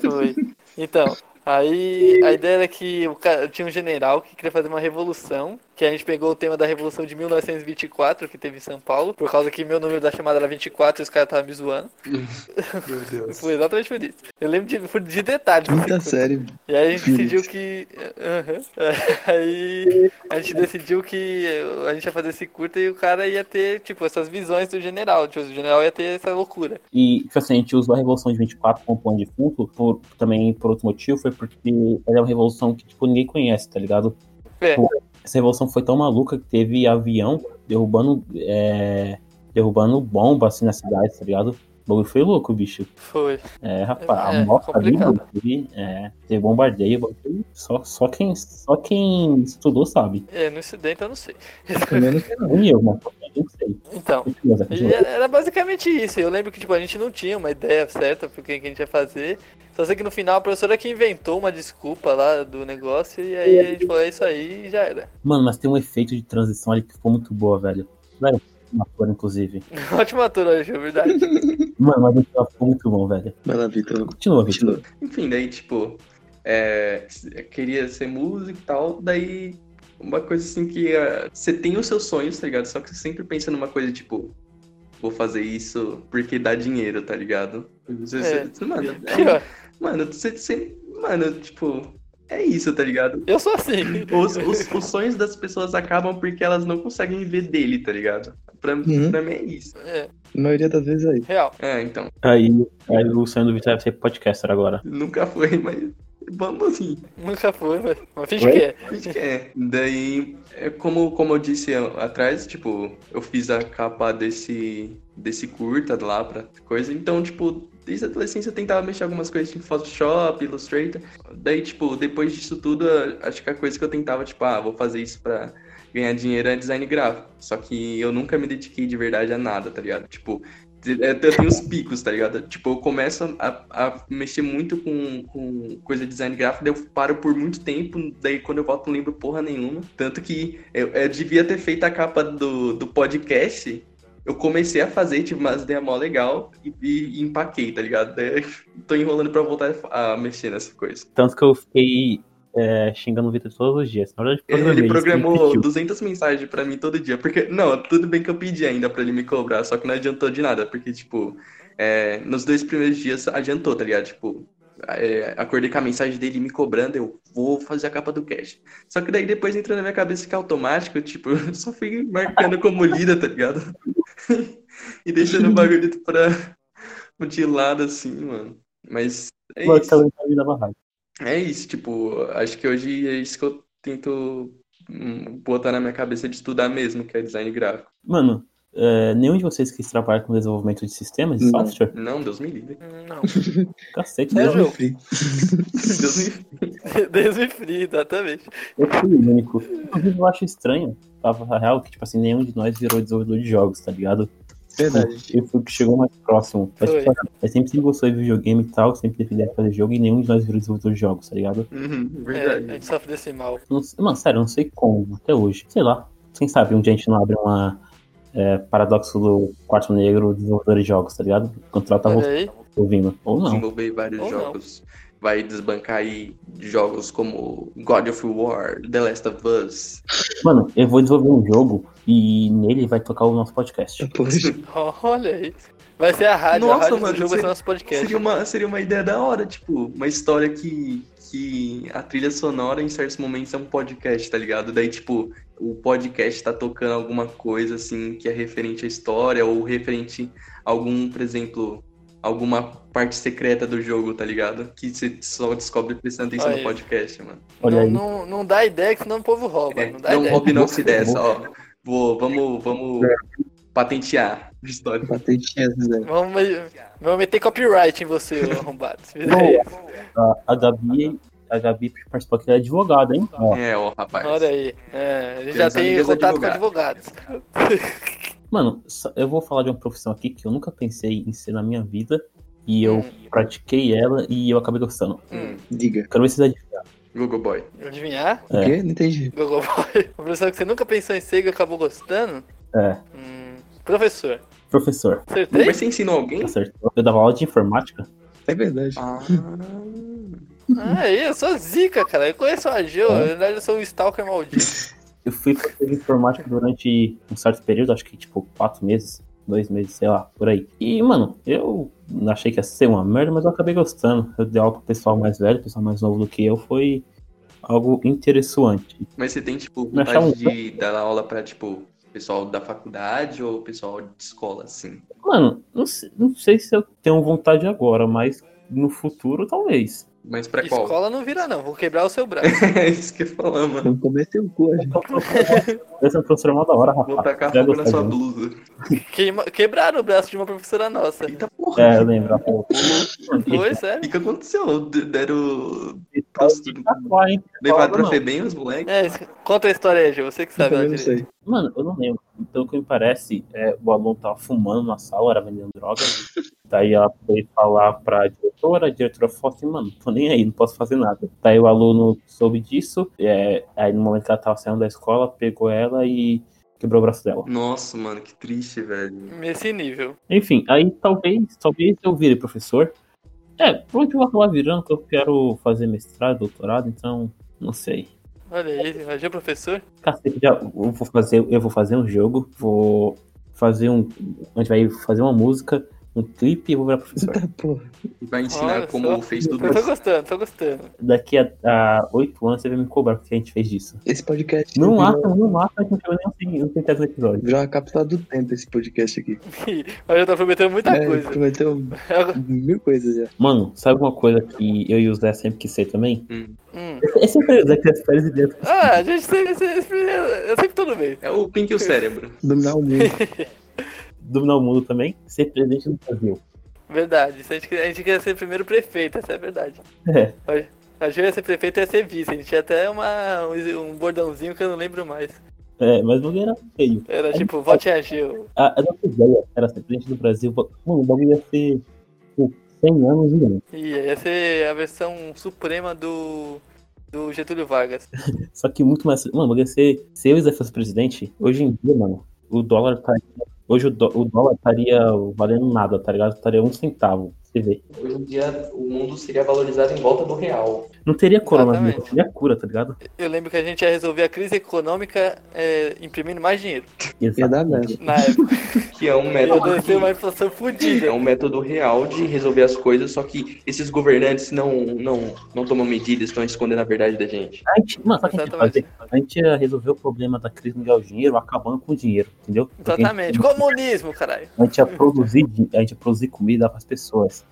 Foi. Então, aí a ideia era que o cara, tinha um general que queria fazer uma revolução, que a gente pegou o tema da revolução de 1924 que teve em São Paulo, por causa que meu número da chamada era 24 e os caras estavam me zoando. Meu Deus. Foi exatamente por isso. Eu lembro de, por- de detalhes. assim. Quinta série. E aí a gente decidiu que. Aham. Aí a gente decidiu que a gente ia fazer esse curta e o cara ia ter, tipo, essas visões do general. Tipo, o general ia ter essa loucura. E, tipo assim, a gente usou a Revolução de 24 como plano de fundo, por, também por outro motivo, foi porque ela é uma revolução que, tipo, ninguém conhece, tá ligado? É. Pô, Essa revolução foi tão maluca que teve avião derrubando, é, derrubando bomba, assim, na cidade, tá ligado? O bagulho foi louco, bicho. Foi. É, rapaz, É, a moto ali, complicado. mano, teve, é, teve bombardeio, o bagulho- só, só, quem, só quem estudou sabe. É, no incidente eu não sei. Pelo menos que não. Nem eu, mas eu não sei. é Então. Beleza, E continua. era era basicamente isso. Eu lembro que tipo, a gente não tinha uma ideia certa pro que que a gente ia fazer. Só sei que no final a professora que inventou uma desculpa lá do negócio e aí a gente falou, é isso aí e já era. Mano, mas tem um efeito de transição ali que ficou muito boa, velho. Velho, uma cor, inclusive. Ótima turma, Gil, verdade. Mano, mas o final ficou muito bom, velho. Vai lá, Vitor. Continua, Vitor. Continua. Enfim, daí, tipo, é, eu queria ser músico e tal, daí uma coisa assim que é, você tem os seus sonhos, tá ligado? Só que você sempre pensa numa coisa, tipo, vou fazer isso porque dá dinheiro, tá ligado? Você- É. você- mano, Aqui, é, ó, mano, você sempre, mano, tipo, é isso, tá ligado? eu sou assim. Os, os, os sonhos das pessoas acabam porque elas não conseguem viver dele, tá ligado? Pra, Uhum. pra mim é isso. É, A maioria das vezes aí. real. É, então, Aí, aí o sonho do Vitor vai ser podcaster agora. nunca foi, mas vamos assim, sim. Nunca foi, velho. Mas finge Oi? que é. Acho que é. Daí, é como, como eu disse a- atrás, tipo, eu fiz a capa desse, desse curta lá pra coisa. Então, tipo, desde a adolescência eu tentava mexer algumas coisas em Photoshop, Illustrator. Daí, tipo, depois disso tudo, a- acho que a coisa que eu tentava, tipo, ah, vou fazer isso pra ganhar dinheiro é design gráfico. Só que eu nunca me dediquei de verdade a nada, tá ligado? Tipo, é, Eu tenho os picos, tá ligado? Tipo, eu começo a, a mexer muito com, com coisa de design gráfico, daí eu paro por muito tempo, daí quando eu volto não lembro porra nenhuma. Tanto que eu, eu devia ter feito a capa do, do podcast, eu comecei a fazer, tive umas ideias mó legal e, e empaquei, tá ligado? Daí, tô enrolando pra voltar a mexer nessa coisa. Tanto que eu fiquei é, xingando o Vitor todos os dias. Na verdade, eu programei Ele isso, programou pediu. 200 mensagens pra mim todo dia, porque, não, tudo bem que eu pedi ainda pra ele me cobrar, só que não adiantou de nada, porque, tipo, é, nos dois primeiros dias adiantou, tá ligado? Tipo, é, acordei com a mensagem dele me cobrando, eu vou fazer a capa do cast. Só que daí depois entrou na minha cabeça que é automático, tipo, eu só fui marcando como lida, tá ligado? e deixando o bagulho pra, de lado, assim, mano. Mas é Mas isso. também me dava raiva. É isso, tipo, acho que hoje é isso que eu tento hum, botar na minha cabeça de estudar mesmo, que é design gráfico. Mano, é, nenhum de vocês que trabalha com desenvolvimento de sistemas, de Não. software? Não, Deus me livre. Não. Cacete, né? É, Deus me João. free. Deus me livre. Deus me free, exatamente. Eu fui o único. Inclusive, eu acho estranho, tava a real, que, tipo assim, nenhum de nós virou desenvolvedor de jogos, tá ligado? é Verdade. Eu fui o que chegou mais próximo. Mas, Foi. tipo, eu sempre se gostou de videogame e tal, sempre teve ideia de fazer jogo, e nenhum de nós virou desenvolvedor de jogos, tá ligado? Uhum, É, a verdade. gente sofre desse mal. Não sei- mano, sério, eu não sei como, até hoje. Sei lá. Quem sabe um dia a gente não abre uma é, paradoxo do quarto negro desenvolvedor de jogos, tá ligado? Contrata Olha você aí. ouvindo. Ou não. Desenvolver vários Ou não. jogos. Vai desbancar aí jogos como God of War, The Last of Us. Mano, Tá eu vou desenvolver um jogo e nele vai tocar o nosso podcast. Poxa, Olha aí. Vai ser a rádio, Nossa, a rádio mano, do jogo vai ser seria- nosso podcast. Seria uma, seria uma ideia da hora, tipo, uma história que, que a trilha sonora em certos momentos é um podcast, tá ligado? Daí, tipo, o podcast tá tocando alguma coisa, assim, que é referente à história ou referente a algum, por exemplo, alguma parte secreta do jogo, tá ligado? Que você só descobre prestando atenção Olha no aí. podcast, mano. Olha não, aí. não, não dá ideia que senão o povo rouba. É, não dá não ideia. roube não se Boa, dessa, boa. ó. Vou, vamos, vamos patentear a história. Patente é zero. Vamos, vamos meter copyright em você, ô arrombado. Se fizer Boa. isso. A, a Gabi, a Gabi participou que ela é advogada, hein? Tá. Ó, É, ó, rapaz. Olha aí. É, a gente Temos já tem amigas contato com advogados. Mano, só- eu vou falar de uma profissão aqui que eu nunca pensei em ser na minha vida. E eu Hum. pratiquei ela e eu acabei gostando. Hum, Diga. Quero ver se dá de Google Boy. adivinhar? O É. quê? Não entendi. Gogoboy. Uma profissão que você nunca pensou em ser e acabou gostando? É, Hum, professor. professor, Acertei? Mas você ensinou alguém? acertou. Eu dava aula de informática. É verdade. Ah, Ah, aí, eu sou zica, cara. Eu conheço a Gil. É. Na verdade, eu sou um stalker maldito. Eu fui professor de informática durante um certo período, acho que tipo quatro meses, dois meses, sei lá, por aí. E, mano, eu achei que ia ser uma merda, mas eu acabei gostando. Eu dei aula pro pessoal mais velho, pessoal mais novo do que eu, foi algo interessante. mas você tem, tipo, Me achava vontade de dar aula pra, tipo, pessoal da faculdade ou pessoal de escola, assim? Mano, não sei, não sei se eu tenho vontade agora, mas no futuro talvez. Mas pra qual? Escola não vira, não. Vou quebrar o seu braço. é isso que eu ia falar, mano. Eu comecei o cu, acho. Essa é uma professora mó da hora, Vou rapaz. tacar Você vai fogo na gostar sua de mim. blusa. Queima- Quebraram o braço de uma professora nossa. Eita porra. É, eu lembro. O Então, Foi, sério? O que aconteceu? D- Deram. Fala, Levaram pra não. Febem os moleques? É, isso- conta a história aí, Gil. Você que Eu sabe. também ela não direito. sei. Mano, eu não lembro. Pelo que me parece, é, o aluno tava fumando na sala, era vendendo droga. Daí ela foi falar pra diretora, a diretora falou assim, mano, tô nem aí, não posso fazer nada. Daí o aluno soube disso, é, aí no momento que ela tava saindo da escola, pegou ela e quebrou o braço dela. Nossa, mano, que triste, velho. Nesse nível. Enfim, aí talvez, talvez eu vire professor. É, onde eu vou acabar virando, que eu quero fazer mestrado, doutorado, então, não sei. Olha aí, imagina o professor. Cacete, já, eu vou fazer, eu vou fazer um jogo, vou fazer um. A gente vai fazer uma música, um clipe e vou virar professor. Tá, porra. Vai ensinar Olha como só. fez tudo Eu tô isso. gostando, tô gostando. Daqui a- a oito anos você vai me cobrar porque a gente fez disso. Esse podcast. No virou, máximo, no máximo, a gente não chegou nem aos 100 aos 100 episódios. virou a cápsula do tempo esse podcast aqui. Mas eu tô prometendo muita é, coisa. prometeu mil coisas já. Mano, sabe uma coisa que eu e o Zé sempre quis ser também? Hum. É sempre o Zé que as férias ideias. Ah, a gente sempre. sempre- Eu sempre tô no meio. É o Pink e o cérebro. Dominar o mundo. Dominar o mundo também, ser presidente do Brasil. Verdade. Se A gente, queria- a gente queria ser primeiro prefeito, essa é a verdade. É. A gente ia ser prefeito e ia ser vice. A gente tinha até uma, um, um bordãozinho que eu não lembro mais. É, mas não era feio. Era tipo, vote a Gil. A, a nossa ideia era ser presidente do Brasil. Mano, o bagulho ia ser tipo, 100 anos e anos. E ia ser a versão suprema do. do Getúlio Vargas. Só que muito mais. Mano, o bagulho ia ser. Se eu e Zé fosse presidente, hoje em dia, mano, o dólar tá. Hoje o, dó- o dólar estaria valendo nada, tá ligado? Estaria um centavo. Você vê. Hoje em dia, o mundo seria valorizado em volta do real. Não teria coronavírus, Exatamente. teria cura, tá ligado? Eu lembro que a gente ia resolver a crise econômica é, imprimindo mais dinheiro. Ia dar Exatamente. merda. Na época. Que é um Eu método. descer uma inflação fodida. É um método real de resolver as coisas, só que esses governantes não, não, não tomam medidas, estão escondendo a verdade da gente. A gente, mano, sabe o que a gente ia fazer? A gente ia resolver o problema da crise mundial do dinheiro acabando com o dinheiro, entendeu? Porque a gente- Exatamente. Comunismo, caralho. A gente ia produzir, din- a gente ia produzir comida para as pessoas.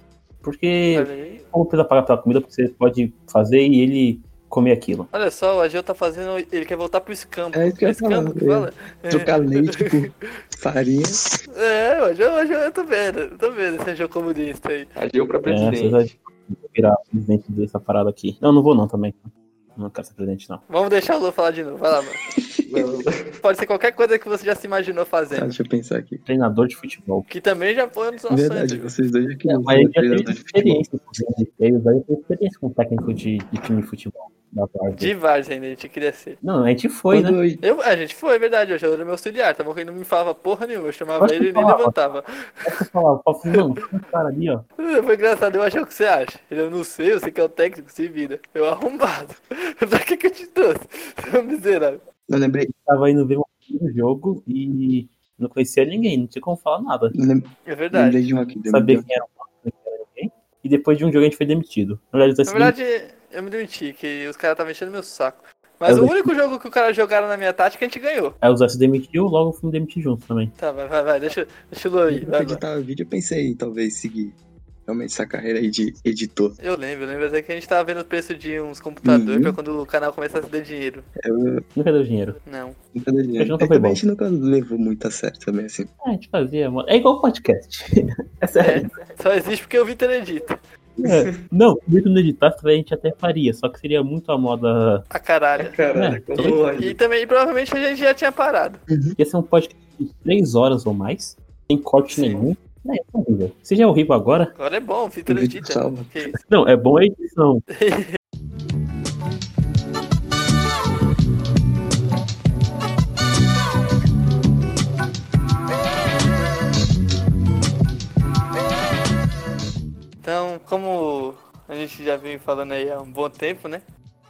Porque Olha aí. não precisa pagar pela comida, porque você pode fazer e ele comer aquilo. Olha só, o Agil tá fazendo. Ele quer voltar pro escampo. É isso que eu ia escampo falar, que é. fala? Trocar leite por farinha. É, o Agil, o Agil, eu tô vendo. Eu tô vendo esse Agil comunista aí. Agiu pra É, vocês presidente. Vou virar presidente dessa parada aqui. Não, não vou não também. Não quero ser presidente, não. Vamos deixar o Lu falar de novo. Vai lá, mano. Pode ser qualquer coisa que você já se imaginou Tá, fazendo. deixa eu pensar aqui. Treinador de futebol. Que também já foi nos nossos Verdade, sonhos. vocês dois já É, queriam mas ele ser já treinador teve de futebol. experiência, inclusive. Ele já teve experiência como técnico de, de time de futebol da tarde. De Vargas ainda, a gente queria ser. Não, a gente foi, né? Quando eu Eu, a gente foi, é verdade, o Agil era meu auxiliar, tá bom? Que ele não me falava porra nenhuma, eu chamava Posso ele e nem falar? levantava. Eh, Eu falava, eu falava, não, tem um cara ali, ó. Foi engraçado, eu achei o que você acha. Ele, eu não sei, eu sei que é o técnico, se vira. Eu arrombado. pra que que eu te trouxe? Seu miserável. Eu lembrei, Tava indo ver um jogo e Não conhecia ninguém, não tinha como falar nada. Lem- É verdade. Lembrei de uma aqui. então. lembrei Saber de uma. quem era o Marcos, quem era ninguém. E depois de um jogo a gente foi demitido. Na verdade, Na assim, verdade, eu me demiti, que os caras estavam enchendo meu saco. É Mas Eu o único jogo que o cara jogaram na minha tática, a gente ganhou. aí é, o Zé se demitiu, logo eu fui me demitir junto também. Tá, vai, vai, vai, deixa, deixa o Lua aí. Eu Vai, vai. editar o vídeo, eu pensei em talvez seguir realmente essa carreira aí de editor. Eu lembro, eu lembro até que a gente tava vendo o preço de uns computadores Uhum. pra quando o canal começasse a dar dinheiro. É, Eu Nunca deu dinheiro. Não. nunca dei Mas dinheiro. nunca É, foi também bom. a gente nunca levou muito a sério também, assim. Ah, a gente fazia, mano. É igual podcast. é sério. Só existe porque o Vitor edita. É. Não, mesmo no editar, a gente até faria, só que seria muito a moda. A caralho. Caralho, É, como tudo lógico. E também, provavelmente, a gente já tinha parado. Ia ser um podcast de três horas ou mais, sem corte Sim. nenhum. É, é horrível. Se já é horrível agora, Agora é bom, o Vitor O Vitor edita. salva. Que isso. não, é bom a edição. Então, como a gente já vem falando aí há um bom tempo, né?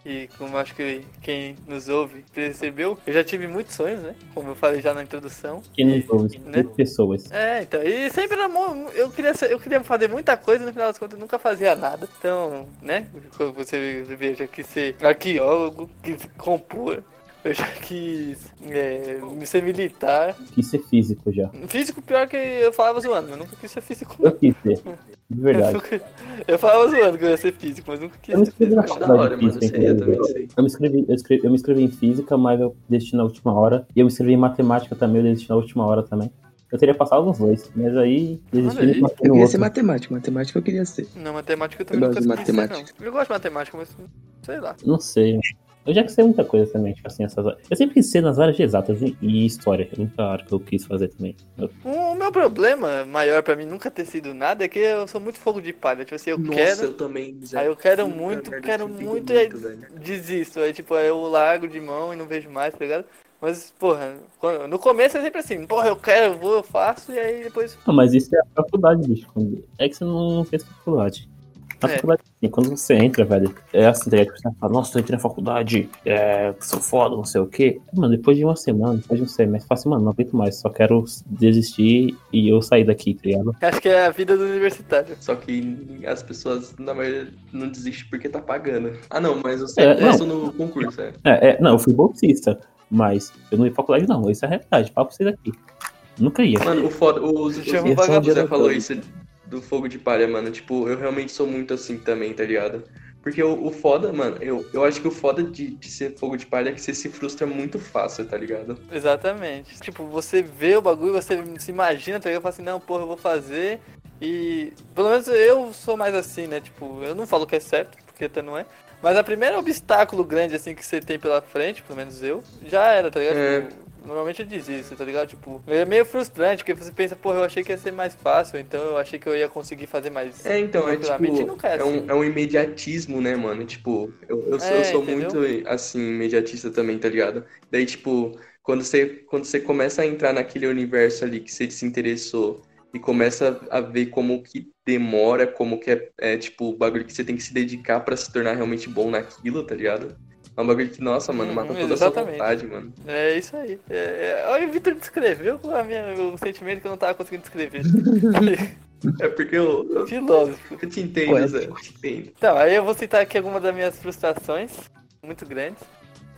E como acho que quem nos ouve percebeu, eu já tive muitos sonhos, né? Como eu falei já na introdução. Quem não foi, E, né? pessoas. É, então, e sempre era mo- eu queria ser- eu queria fazer muita coisa e no final das contas eu nunca fazia nada. Então, né? Quando você veja que ser arqueólogo, que compor, eu já quis é, ser militar. Quis ser é físico já. Físico pior que eu falava zoando, mas nunca quis ser físico não. Eu quis ser. De Eu, verdade. nunca- eu falava zoando que eu ia ser físico, mas nunca quis Eu tá me ser inscrevi físico. na Acho da faculdade hora, de mano. física, Isso aí, eu também inclusive. sei. Eu me, inscrevi, eu, escrevi, eu me inscrevi em física, mas eu desisti na última hora. E eu me inscrevi em matemática também, eu desisti na última hora também. Eu teria passado nos dois, mas aí Olha aí. desisti no Eu queria ser outro. matemático, matemática eu queria ser. Não, matemática eu também Eu nunca gosto de quis ser, não. matemática. Eu gosto de matemática, mas sei lá. Não sei. Eu já quis ser muita coisa também, tipo assim, essas áreas. Eu sempre quis ser nas áreas de exatas e- e história. É a única área que eu quis fazer também. Eu- O meu problema maior pra mim nunca ter sido nada é que eu sou muito fogo de palha. Tipo assim, eu Nossa, quero. eu também. Zé. Aí eu quero Puta muito, merda, quero eu fico muito, e aí- velho. desisto. Aí, tipo, aí eu largo de mão e não vejo mais, tá ligado? Mas, porra, quando- no começo é sempre assim, porra, eu quero, eu vou, eu faço, e aí depois. Ah, mas isso é a faculdade, bicho. Quando- É que você não fez faculdade. Na É. faculdade, assim, quando você entra, velho, é assim, tá ligado? Você fala, nossa, eu entrei na faculdade, é, sou foda, não sei o quê. Mano, depois de uma semana, depois de um semestre, eu falo assim, mano, não aguento mais, só quero desistir e eu sair daqui, tá ligado? Acho que é a vida do universitário. Só que as pessoas, na maioria, não desistem porque tá pagando. Ah, não, mas você É, não. passou no concurso, é. É, é, não, eu fui bolsista, mas eu não ia pra faculdade, não, isso é a realidade, papo pra vocês aqui. Nunca ia. Mano, o foda, o, o, Chama o vagabundo. José falou isso do fogo de palha, mano. Tipo, eu realmente sou muito assim também, tá ligado? Porque o, o foda, mano, eu, eu acho que o foda de, de ser fogo de palha é que você se frustra muito fácil, tá ligado? Exatamente. Tipo, você vê o bagulho, você se imagina, tá ligado? Eu falo assim, não, porra, eu vou fazer. E pelo menos eu sou mais assim, né? Tipo, eu não falo que é certo, porque até não é. Mas a primeira obstáculo grande assim que você tem pela frente, pelo menos eu, já era, tá ligado? É. Tipo, Normalmente eu desisto, tá ligado? Tipo, é meio frustrante, porque você pensa, porra, eu achei que ia ser mais fácil, então eu achei que eu ia conseguir fazer mais. É, então, é Tranquilamente assim. não tipo, quer, é um, é um imediatismo, né, mano? Tipo, eu, eu sou, eu É, sou entendeu? muito, assim, imediatista também, tá ligado? Daí, tipo, quando você, quando você começa a entrar naquele universo ali que você se interessou e começa a ver como que demora, como que é, é, tipo, o bagulho que você tem que se dedicar pra se tornar realmente bom naquilo, tá ligado? É um bagulho que, nossa, mano, mata Uhum, toda a sua exatamente. vontade, mano. É isso aí. É, é... Olha, o Vitor descreveu a minha, o sentimento que eu não tava conseguindo descrever. É porque eu, eu, Filósofo. eu te entendo, Poético. Zé, eu te entendo. Então, aí eu vou citar aqui algumas das minhas frustrações, muito grandes,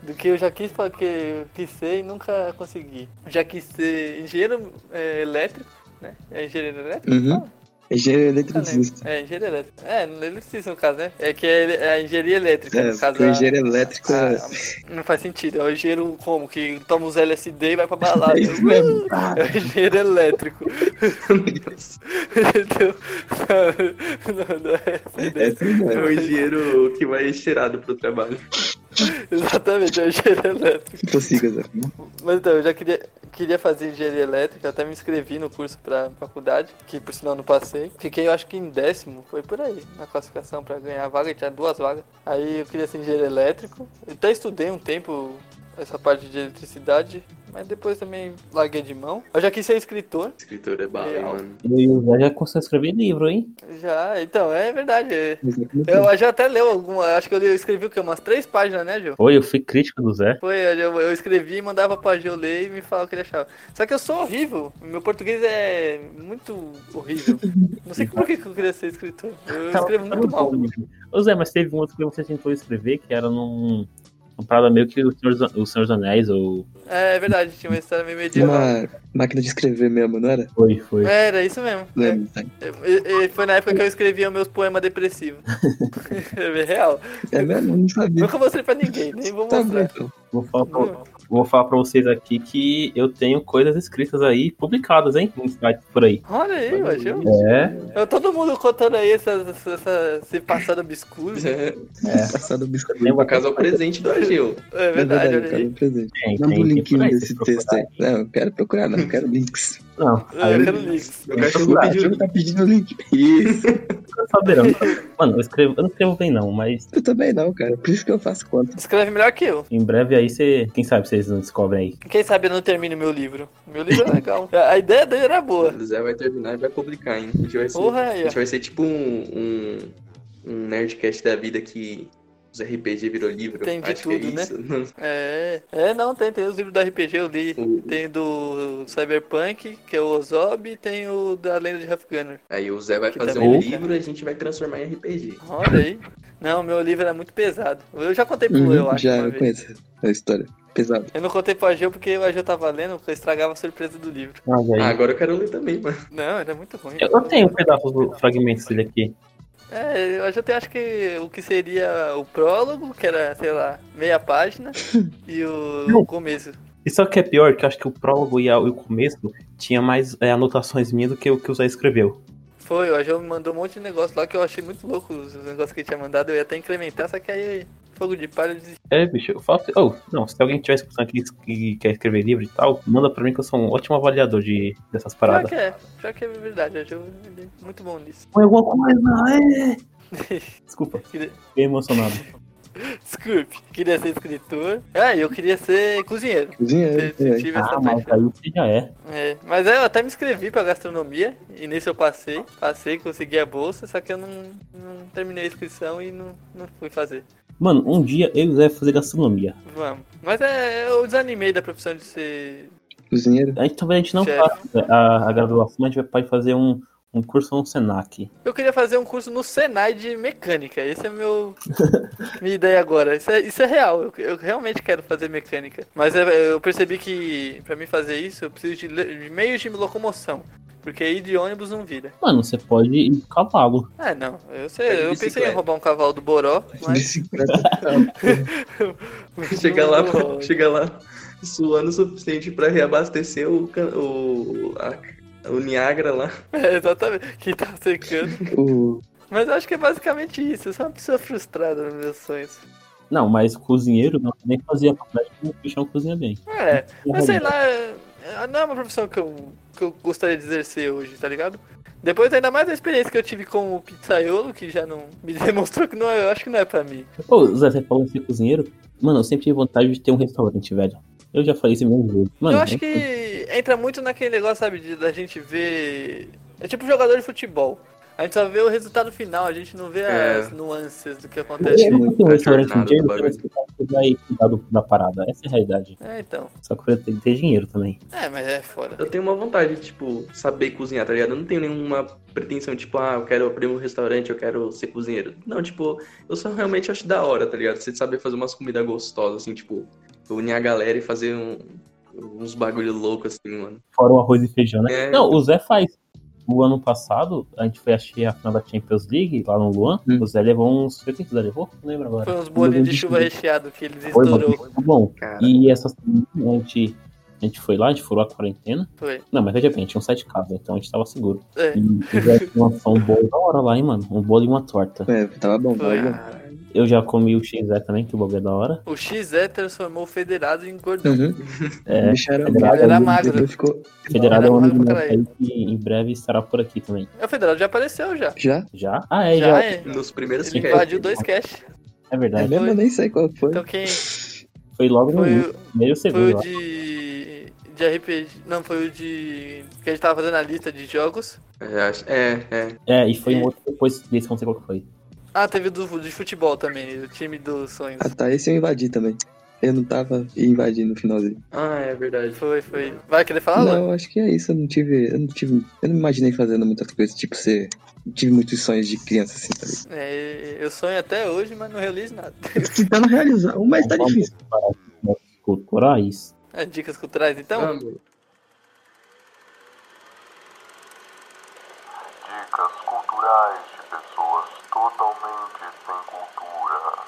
do que eu já quis, fa- que eu quis ser e nunca consegui. Eu Já quis ser engenheiro é, elétrico, né? É engenheiro elétrico? Uhum. Ah, Engenheiro nunca lembro. eletricista. É, engenheiro elétrico. É, no eletricista no caso, né? É que é, ele- é a engenharia elétrica, É, no caso. porque o a- engenheiro elétrico é. a- não faz sentido, é o engenheiro como? Que toma os LSD e vai pra balada. É isso mesmo. É o engenheiro elétrico. Entendeu? Não, não é essa a ideia. É tudo, É né? o engenheiro que vai cheirado pro trabalho. Exatamente, é o engenheiro elétrico. Prossiga, Zé. Mas então, eu já queria, queria fazer engenharia elétrica, até me inscrevi no curso pra faculdade, que por sinal não passei. Fiquei, eu acho que em décimo, foi por aí, na classificação pra ganhar a vaga, tinha duas vagas. Aí eu queria ser engenheiro elétrico, eu até estudei um tempo essa parte de eletricidade, Mas depois também larguei de mão. Eu já quis ser escritor. Escritor é bala, Real. mano. Eu e o Zé já conseguiu escrever livro, hein? Já, então, é verdade. é. Exatamente. Eu já até leu alguma. Acho que eu li- eu escrevi o quê? Umas três páginas, né, Gil? Oi, eu fui crítico do Zé. Foi, eu, eu escrevi e mandava pra Gil ler e me falava o que ele achava. Só que eu sou horrível. Meu português é muito horrível. Não sei por que que eu queria ser escritor. Eu escrevo muito mal. Ô Zé, mas teve um outro que você tentou escrever, que era num. Uma parada meio que o Senhor, dos- o Senhor dos Anéis, ou. É, é verdade, tinha uma história meio Tinha medieval. uma máquina de escrever mesmo, não era? Foi, foi. Era isso mesmo. É. Lembro, tá? E- e Foi na época que eu escrevia meus poemas depressivos. é real. É mesmo? Não sabia. Nunca mostrei pra ninguém, nem vou Tá bom, mostrar. então. Vou falar, pra, vou falar pra vocês aqui que eu tenho coisas escritas aí, publicadas, hein? No site por aí. Olha aí, eu achei. É, Eu- Todo mundo contando aí essa, essa, essa- esse passado obscuro. É É, Passado o biscoito. tem uma no caso é o presente do Agil. verdade, é olha verdade, aí. cara, um presente. tem, tem, Manda um tem por linkinho aí, desse se texto procurar. aí. É. Não, eu quero procurar, não, eu quero links. Não, aí É, Eu eu quero links. Meu Tem cachorro chocolate. O pediu. Diego tá pedindo link. Isso. nunca saberão. Mano, eu, escrevo, eu não escrevo bem não, mas Eu também não, cara. Por isso que eu faço conta. Escreve melhor que eu. em breve aí você. Quem sabe vocês não descobrem aí. Quem sabe eu não termino meu livro. Meu livro é legal. A a ideia dele era boa. O Zé vai terminar e vai publicar, hein? A gente vai ser, Porra a aí, ó. gente vai ser tipo um, um, um Nerdcast da vida que os RPG virou livro. Tem de Acho que é tudo, né? isso. tipo- É, é, não, tem, tem os livros da RPG, eu li. O- Tem do Cyberpunk, que é o Ozob, e tem o da Lenda de Huff Gunner. Aí o Zé vai Que fazer também um é livro e a gente vai transformar em RPG. Olha aí. Não, meu livro era muito pesado. Eu já contei pro Uhum, eu, acho. já uma eu vez. conheço a história. Pesado. Eu não contei pro Agil porque o Agil tava lendo, eu estragava a surpresa do livro. Mas aí- Ah, agora eu quero ler também, mano. Não, era muito ruim. Eu, eu tenho pedaços, fragmentos dele aqui. É, eu já até acho que o que seria o prólogo, que era, sei lá, meia página, e o Não. começo. E só que é pior, que eu acho que o prólogo e, a- e o começo tinha mais é, anotações minhas do que o que o Zé escreveu. Foi, o Ajão me mandou um monte de negócio lá que eu achei muito louco os os negócios que ele tinha mandado. Eu ia até incrementar, só que aí fogo de palha eu desisti. É, bicho, eu falo. pra- Oh, não, se alguém tiver escutando aqui que quer escrever livro e tal, manda pra mim que eu sou um ótimo avaliador de, dessas Pior paradas. que é, pior que é verdade, o Ajão ele é muito bom nisso. Põe alguma coisa, é! Desculpa, Queria- fiquei emocionado. Desculpe, queria ser escritor. Ah, e eu queria ser cozinheiro. Cozinheiro. é, Se, se tive essa Ah, mas paixão. aí você já é. É, mas aí eu até me inscrevi pra gastronomia, e nisso eu passei, passei, consegui a bolsa, só que eu não, não terminei a inscrição e não, não fui fazer. Mano, um dia eu e o Zé fazer gastronomia. Vamos. Mas é, eu desanimei da profissão de ser. Cozinheiro. A gente talvez a gente não Chefe. faça a, a graduação, mas a gente pode fazer um, um curso no Senac. Eu queria fazer um curso no Senai de mecânica. Esse é meu. minha ideia agora. Isso é, isso é real. Eu, eu realmente quero fazer mecânica. Mas é- eu percebi que pra mim fazer isso eu preciso de, le- de meios de locomoção. Porque ir de ônibus não vira. Mano, você pode ir de cavalo. Ah, não. Eu Vai É de sei, eu pensei em bicicleta. roubar um cavalo do Boró, mas. Bicicleta. Chegar lá, Não. chegar lá suando o suficiente pra reabastecer o, can- o, a- o Niagara lá. É, exatamente. Que tá secando. O... Mas eu acho que é basicamente isso. Eu sou uma pessoa frustrada nos meus sonhos. Não, mas cozinheiro não, nem fazia faculdade porque o bichão cozinha bem. É. Mas sei lá, é- não é uma profissão que eu, que eu gostaria de exercer hoje, tá ligado? Depois, ainda mais a experiência que eu tive com o pizzaiolo, que já não me demonstrou que não é, eu acho que não é pra mim. Pô, Zé, você falou em ser cozinheiro? Mano, eu sempre tive vontade de ter um restaurante, velho. Eu já falei isso mesmo vezes. Mano, eu acho é- que entra muito naquele negócio, sabe, de, da gente ver. É tipo jogador de futebol. A gente só vê o resultado final, a gente não vê É. as nuances do que Eu acontece. acho que tem um Tá restaurante jornada, inteiro, bagulho. você vai cuidar do- da parada. Essa é a realidade. É, então. Só que tem que ter dinheiro também. É, mas é foda. Eu tenho uma vontade de, tipo, saber cozinhar, tá ligado? Eu não tenho nenhuma pretensão, tipo, ah, eu quero abrir um restaurante, eu quero ser cozinheiro. Não, tipo, eu só realmente acho da hora, tá ligado? Você saber fazer umas comidas gostosas, assim, tipo, unir a galera e fazer um- uns bagulho louco, assim, mano. Fora o arroz e feijão, né? É. Não, o Zé faz. O ano passado, a gente foi assistir a final da Champions League lá no Luan. Hum. O Zé levou uns. O que o Zé levou? Não lembro agora. Foi uns bolinhos de Não, chuva recheado que eles Foi, mano, estourou. muito bom. Cara, E essa semana a gente, a gente foi lá, a gente furou a quarentena. Foi. Não, mas veja bem, a gente tinha um site de casa, então a gente tava seguro. É. E o Zé lançou um bolo da hora lá, hein, mano? Um bolo e uma torta. É, tava bom, tava Foi. bom. caralho. Eu já comi o XE também, que o bagulho é da hora. O XE transformou o federado em gordura. Uhum. É, O bicho era Federado magro, era magro. Depois ficou... Federado é um Caralho, amigo meu caralho. aí que em breve estará por aqui também. É, O federado já apareceu já. Já? Já? Ah, é, já. Já É, é. Nos primeiros Ele casts. invadiu dois cash. É verdade. mesmo? Eu nem sei qual foi. Então quem Foi logo no foi, o- primeiro foi segundo. o lá. de. de RPG. Não, foi o de. Que a gente tava fazendo a lista de jogos. É, acho- é, é. É, e foi um outro depois desse, não sei qual que foi. Ah, teve o do, de futebol também, o time dos sonhos. Ah tá, esse eu invadi também. Eu não tava e invadi no finalzinho. Ah, é verdade. Foi, foi. Vai querer falar, Luan? Não, acho que é isso. Eu não tive. Eu não tive. Eu não imaginei fazendo muita coisa, tipo ser. Tive muitos sonhos de criança, assim, tá ligado? É, eu sonho até hoje, mas não realizo nada. Tentando realizar, mas tá Vamos difícil. para as nossas Culturais. É, dicas culturais, então? Vamos. Dicas culturais de pessoas totalmente sem cultura.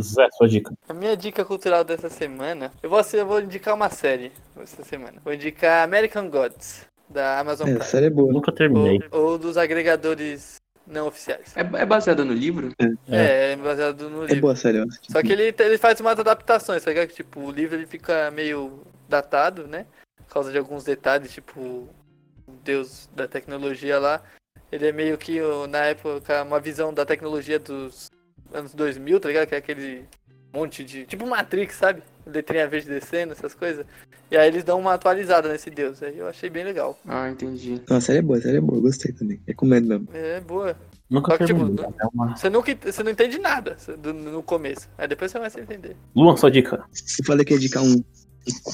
Zé, sua dica. A minha dica cultural dessa semana, eu vou, eu vou indicar uma série essa semana. Vou indicar American Gods, da Amazon É, a Prime. série é Eu boa. nunca terminei. Ou, ou dos agregadores não oficiais. É, é baseada no livro? É, é baseado no É livro. boa a série, eu acho. Só que ele, ele faz umas adaptações, tá ligado? Tipo, o livro ele fica meio datado, né? Por causa de alguns detalhes, tipo, o deus da tecnologia lá. Ele é meio que, o- na época, uma visão da tecnologia dos anos 2000, tá ligado? Que é aquele monte de. Tipo Matrix, sabe? Letrinha verde descendo, essas coisas. E aí eles dão uma atualizada nesse deus. Aí eu achei bem legal. Ah, entendi. Não, a série é boa, a série é boa, eu gostei também. Recomendo mesmo. É boa. Nunca Só que, tipo, terminei. É uma... Você, nunca, você não entende nada do- no começo. Aí depois você vai se entender. Luan, sua dica. Eu falei que ia indicar um,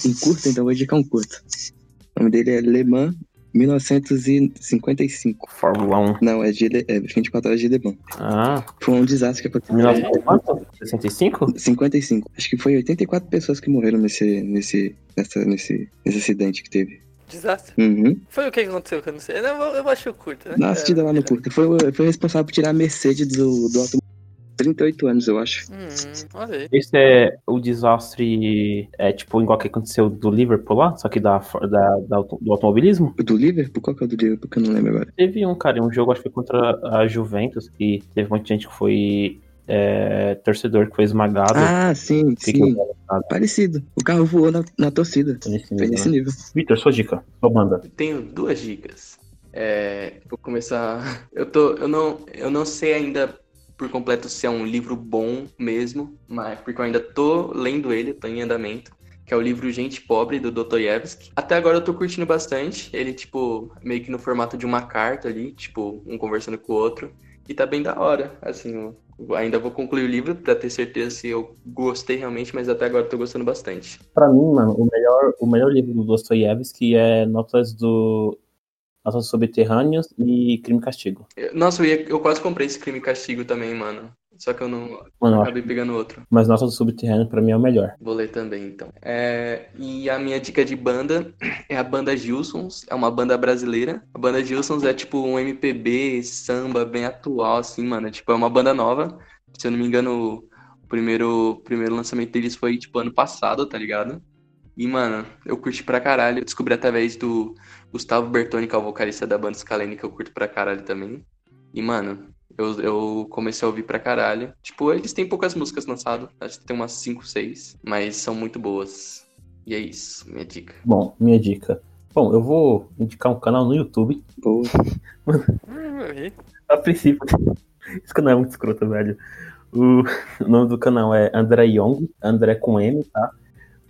um curto, então eu vou indicar um curto. O nome dele é Le Mans 1955. Fórmula 1. Não, é, de, Le- é 24 horas de Le Mans. Ah, Foi um desastre que aconteceu. 1965? 55. Acho que foi 84 pessoas que morreram nesse, nesse, nessa, nesse, nesse acidente que teve. Desastre. Uhum. Foi o que aconteceu que eu não sei. Eu, não- eu acho curto, né? Dá uma assistida lá no curto. Foi, o- foi o responsável por tirar a Mercedes do, do automóvel. 38 anos, eu acho. Hum, olha aí. Esse é o desastre, é tipo igual que aconteceu do Liverpool lá, só que da, da, da auto- do automobilismo. O Do Liverpool? Qual que é o do Liverpool? Que eu não lembro agora. Teve um, cara, um jogo, acho que foi contra a Juventus, que teve muita gente que foi é, torcedor, que foi esmagado. Ah, sim, Tá Que é? que eu sim. falo? Nada Parecido. O carro voou na, na torcida. nesse Foi nível, nesse né? nível. Vitor, sua dica. Sua banda. Tenho duas dicas. É, vou começar. Eu tô, eu não, eu não sei ainda por completo se é um livro bom mesmo, mas porque eu ainda tô lendo ele, tô em andamento, que é o livro Gente Pobre do Dostoiévski. Até agora eu tô curtindo bastante. Ele tipo meio que no formato de uma carta ali, tipo um conversando com o outro, e tá bem da hora. Assim, eu eu ainda vou concluir o livro pra ter certeza se eu gostei realmente, mas até agora eu tô gostando bastante. Pra mim, mano, o melhor, o melhor livro do Dostoiévski é Notas do Notas Subterrâneos e Crime e Castigo. Eu- Nossa, eu, ia- eu quase comprei esse Crime e Castigo também, mano. Só que eu não Mano, eu acho- acabei pegando outro. mas Notas do Subterrâneo pra mim é o melhor. Vou ler também, então. É, e a minha dica de banda é a banda Gilsons. É uma banda brasileira. A banda Gilsons é tipo um MPB, samba, bem atual, assim, mano. Tipo, é uma banda nova. Se eu não me engano, o primeiro, o primeiro lançamento deles foi, tipo, ano passado, tá ligado? E, mano, eu curti pra caralho. Eu descobri através do Gustavo Bertoni, que é o vocalista da banda Scalene, que eu curto pra caralho também. E, mano, eu, eu comecei a ouvir pra caralho. Tipo, eles têm poucas músicas lançadas. Acho que tem umas 5, 6. Mas são muito boas. E é isso, minha dica. Bom, minha dica. Bom, eu vou indicar um canal no YouTube Boa. Hum, eu ri. A princípio. Esse canal é muito escroto, velho. O o nome do canal é André Young, André com M, tá?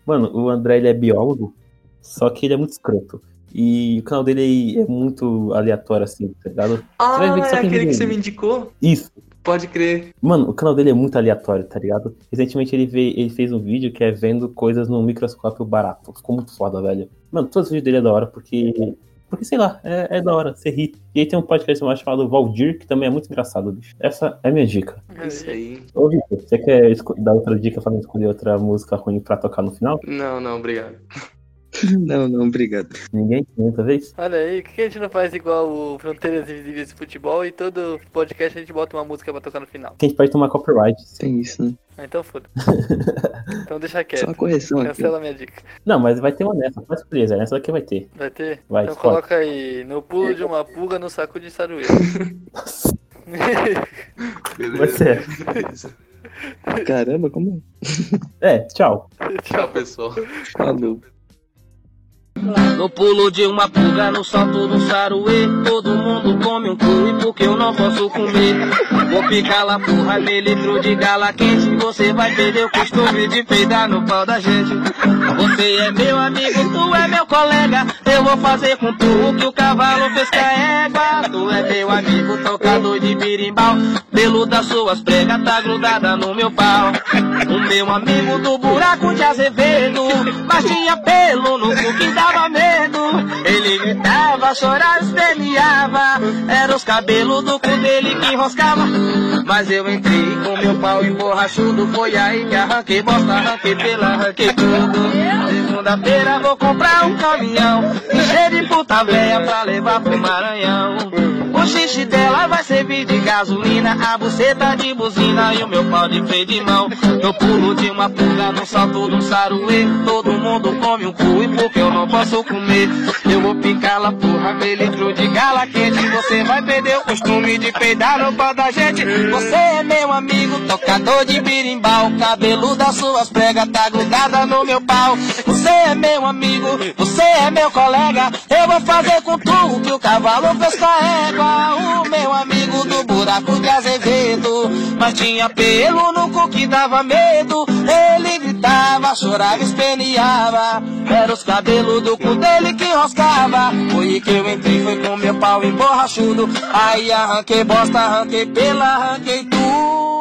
Mano, o André ele é biólogo, só que ele é muito escroto. E o canal dele é muito aleatório, assim, tá ligado? Ah, vai ver que só é tem aquele que menino. você me indicou? Isso. Pode crer. Mano, o canal dele é muito aleatório, tá ligado? Recentemente ele, vê- ele fez um vídeo que é vendo coisas num microscópio barato. Ficou muito foda, velho. Mano, todos os vídeos dele é da hora, porque. Porque, sei lá, é, é da hora, você ri. E aí tem um podcast mais chamado Valdir, que também é muito engraçado, bicho. Essa é a minha dica. Eu Isso ri. aí. Ô, Vitor, você quer esco- dar outra dica pra mim escolher outra música ruim pra tocar no final? Não, não, obrigado. Não, não, obrigado. Ninguém? Muita vez? Olha aí, por que a gente não faz igual o Fronteiras Invisíveis de Futebol e todo podcast a gente bota uma música pra tocar no final? Porque a gente pode tomar copyright. Tem isso, né? Ah, Então foda. então deixa Só uma quieto. correção aqui. Cancela minha dica. Não, mas vai ter uma nessa, faz surpresa, nessa daqui vai ter. Vai ter? Vai, então escolhe. coloca aí, no pulo de uma pulga, no saco de saruê. Vai ser. Beleza. Caramba, como. É, tchau. Tchau, pessoal. Falou. No pulo de uma pulga, no salto do saruê Todo mundo come um cu e porque eu não posso comer Vou picar lá porra, mililitro de gala quente. Você vai perder o costume de peidar no pau da gente. Você é meu amigo, tu é meu colega. Eu vou fazer com tu o que o cavalo fez com a égua. Tu é meu amigo, tocador de birimbau. Pelo das suas pregas tá grudada no meu pau. O meu amigo do buraco de Azevedo. Mas tinha pelo no cu que dava medo. Ele gritava, chorava, espelhava. Era os cabelos do cu dele que enroscava. Mas eu entrei com meu pau e borrachudo. Foi aí que arranquei bosta, arranquei pela, arranquei tudo. Segunda-feira vou comprar um caminhão. Encher de puta véia pra levar pro Maranhão. O xixi dela vai servir de gasolina. A buceta de buzina e o meu pau de freio de mão. Eu pulo de uma pulga no salto de um saruê. Todo mundo come um cu e porque eu não posso comer. Eu vou picar lá porra, litro de gala quente. Você vai perder o costume de peidar no pau da gente. Você é meu amigo, tocador de birimbau. Cabelo das suas pregas tá grudada no meu pau. Você é meu amigo, você é meu colega. Eu vou fazer com tu o que o cavalo fez com a égua. O meu amigo do buraco de Azevedo. Mas tinha pelo no cu que dava medo. Ele gritava, chorava, esperneava. Era os cabelos do cu dele que roscava. Foi que eu entrei, foi com meu pau emborrachudo. Aí arranquei bosta, arranquei pela, arranquei tudo.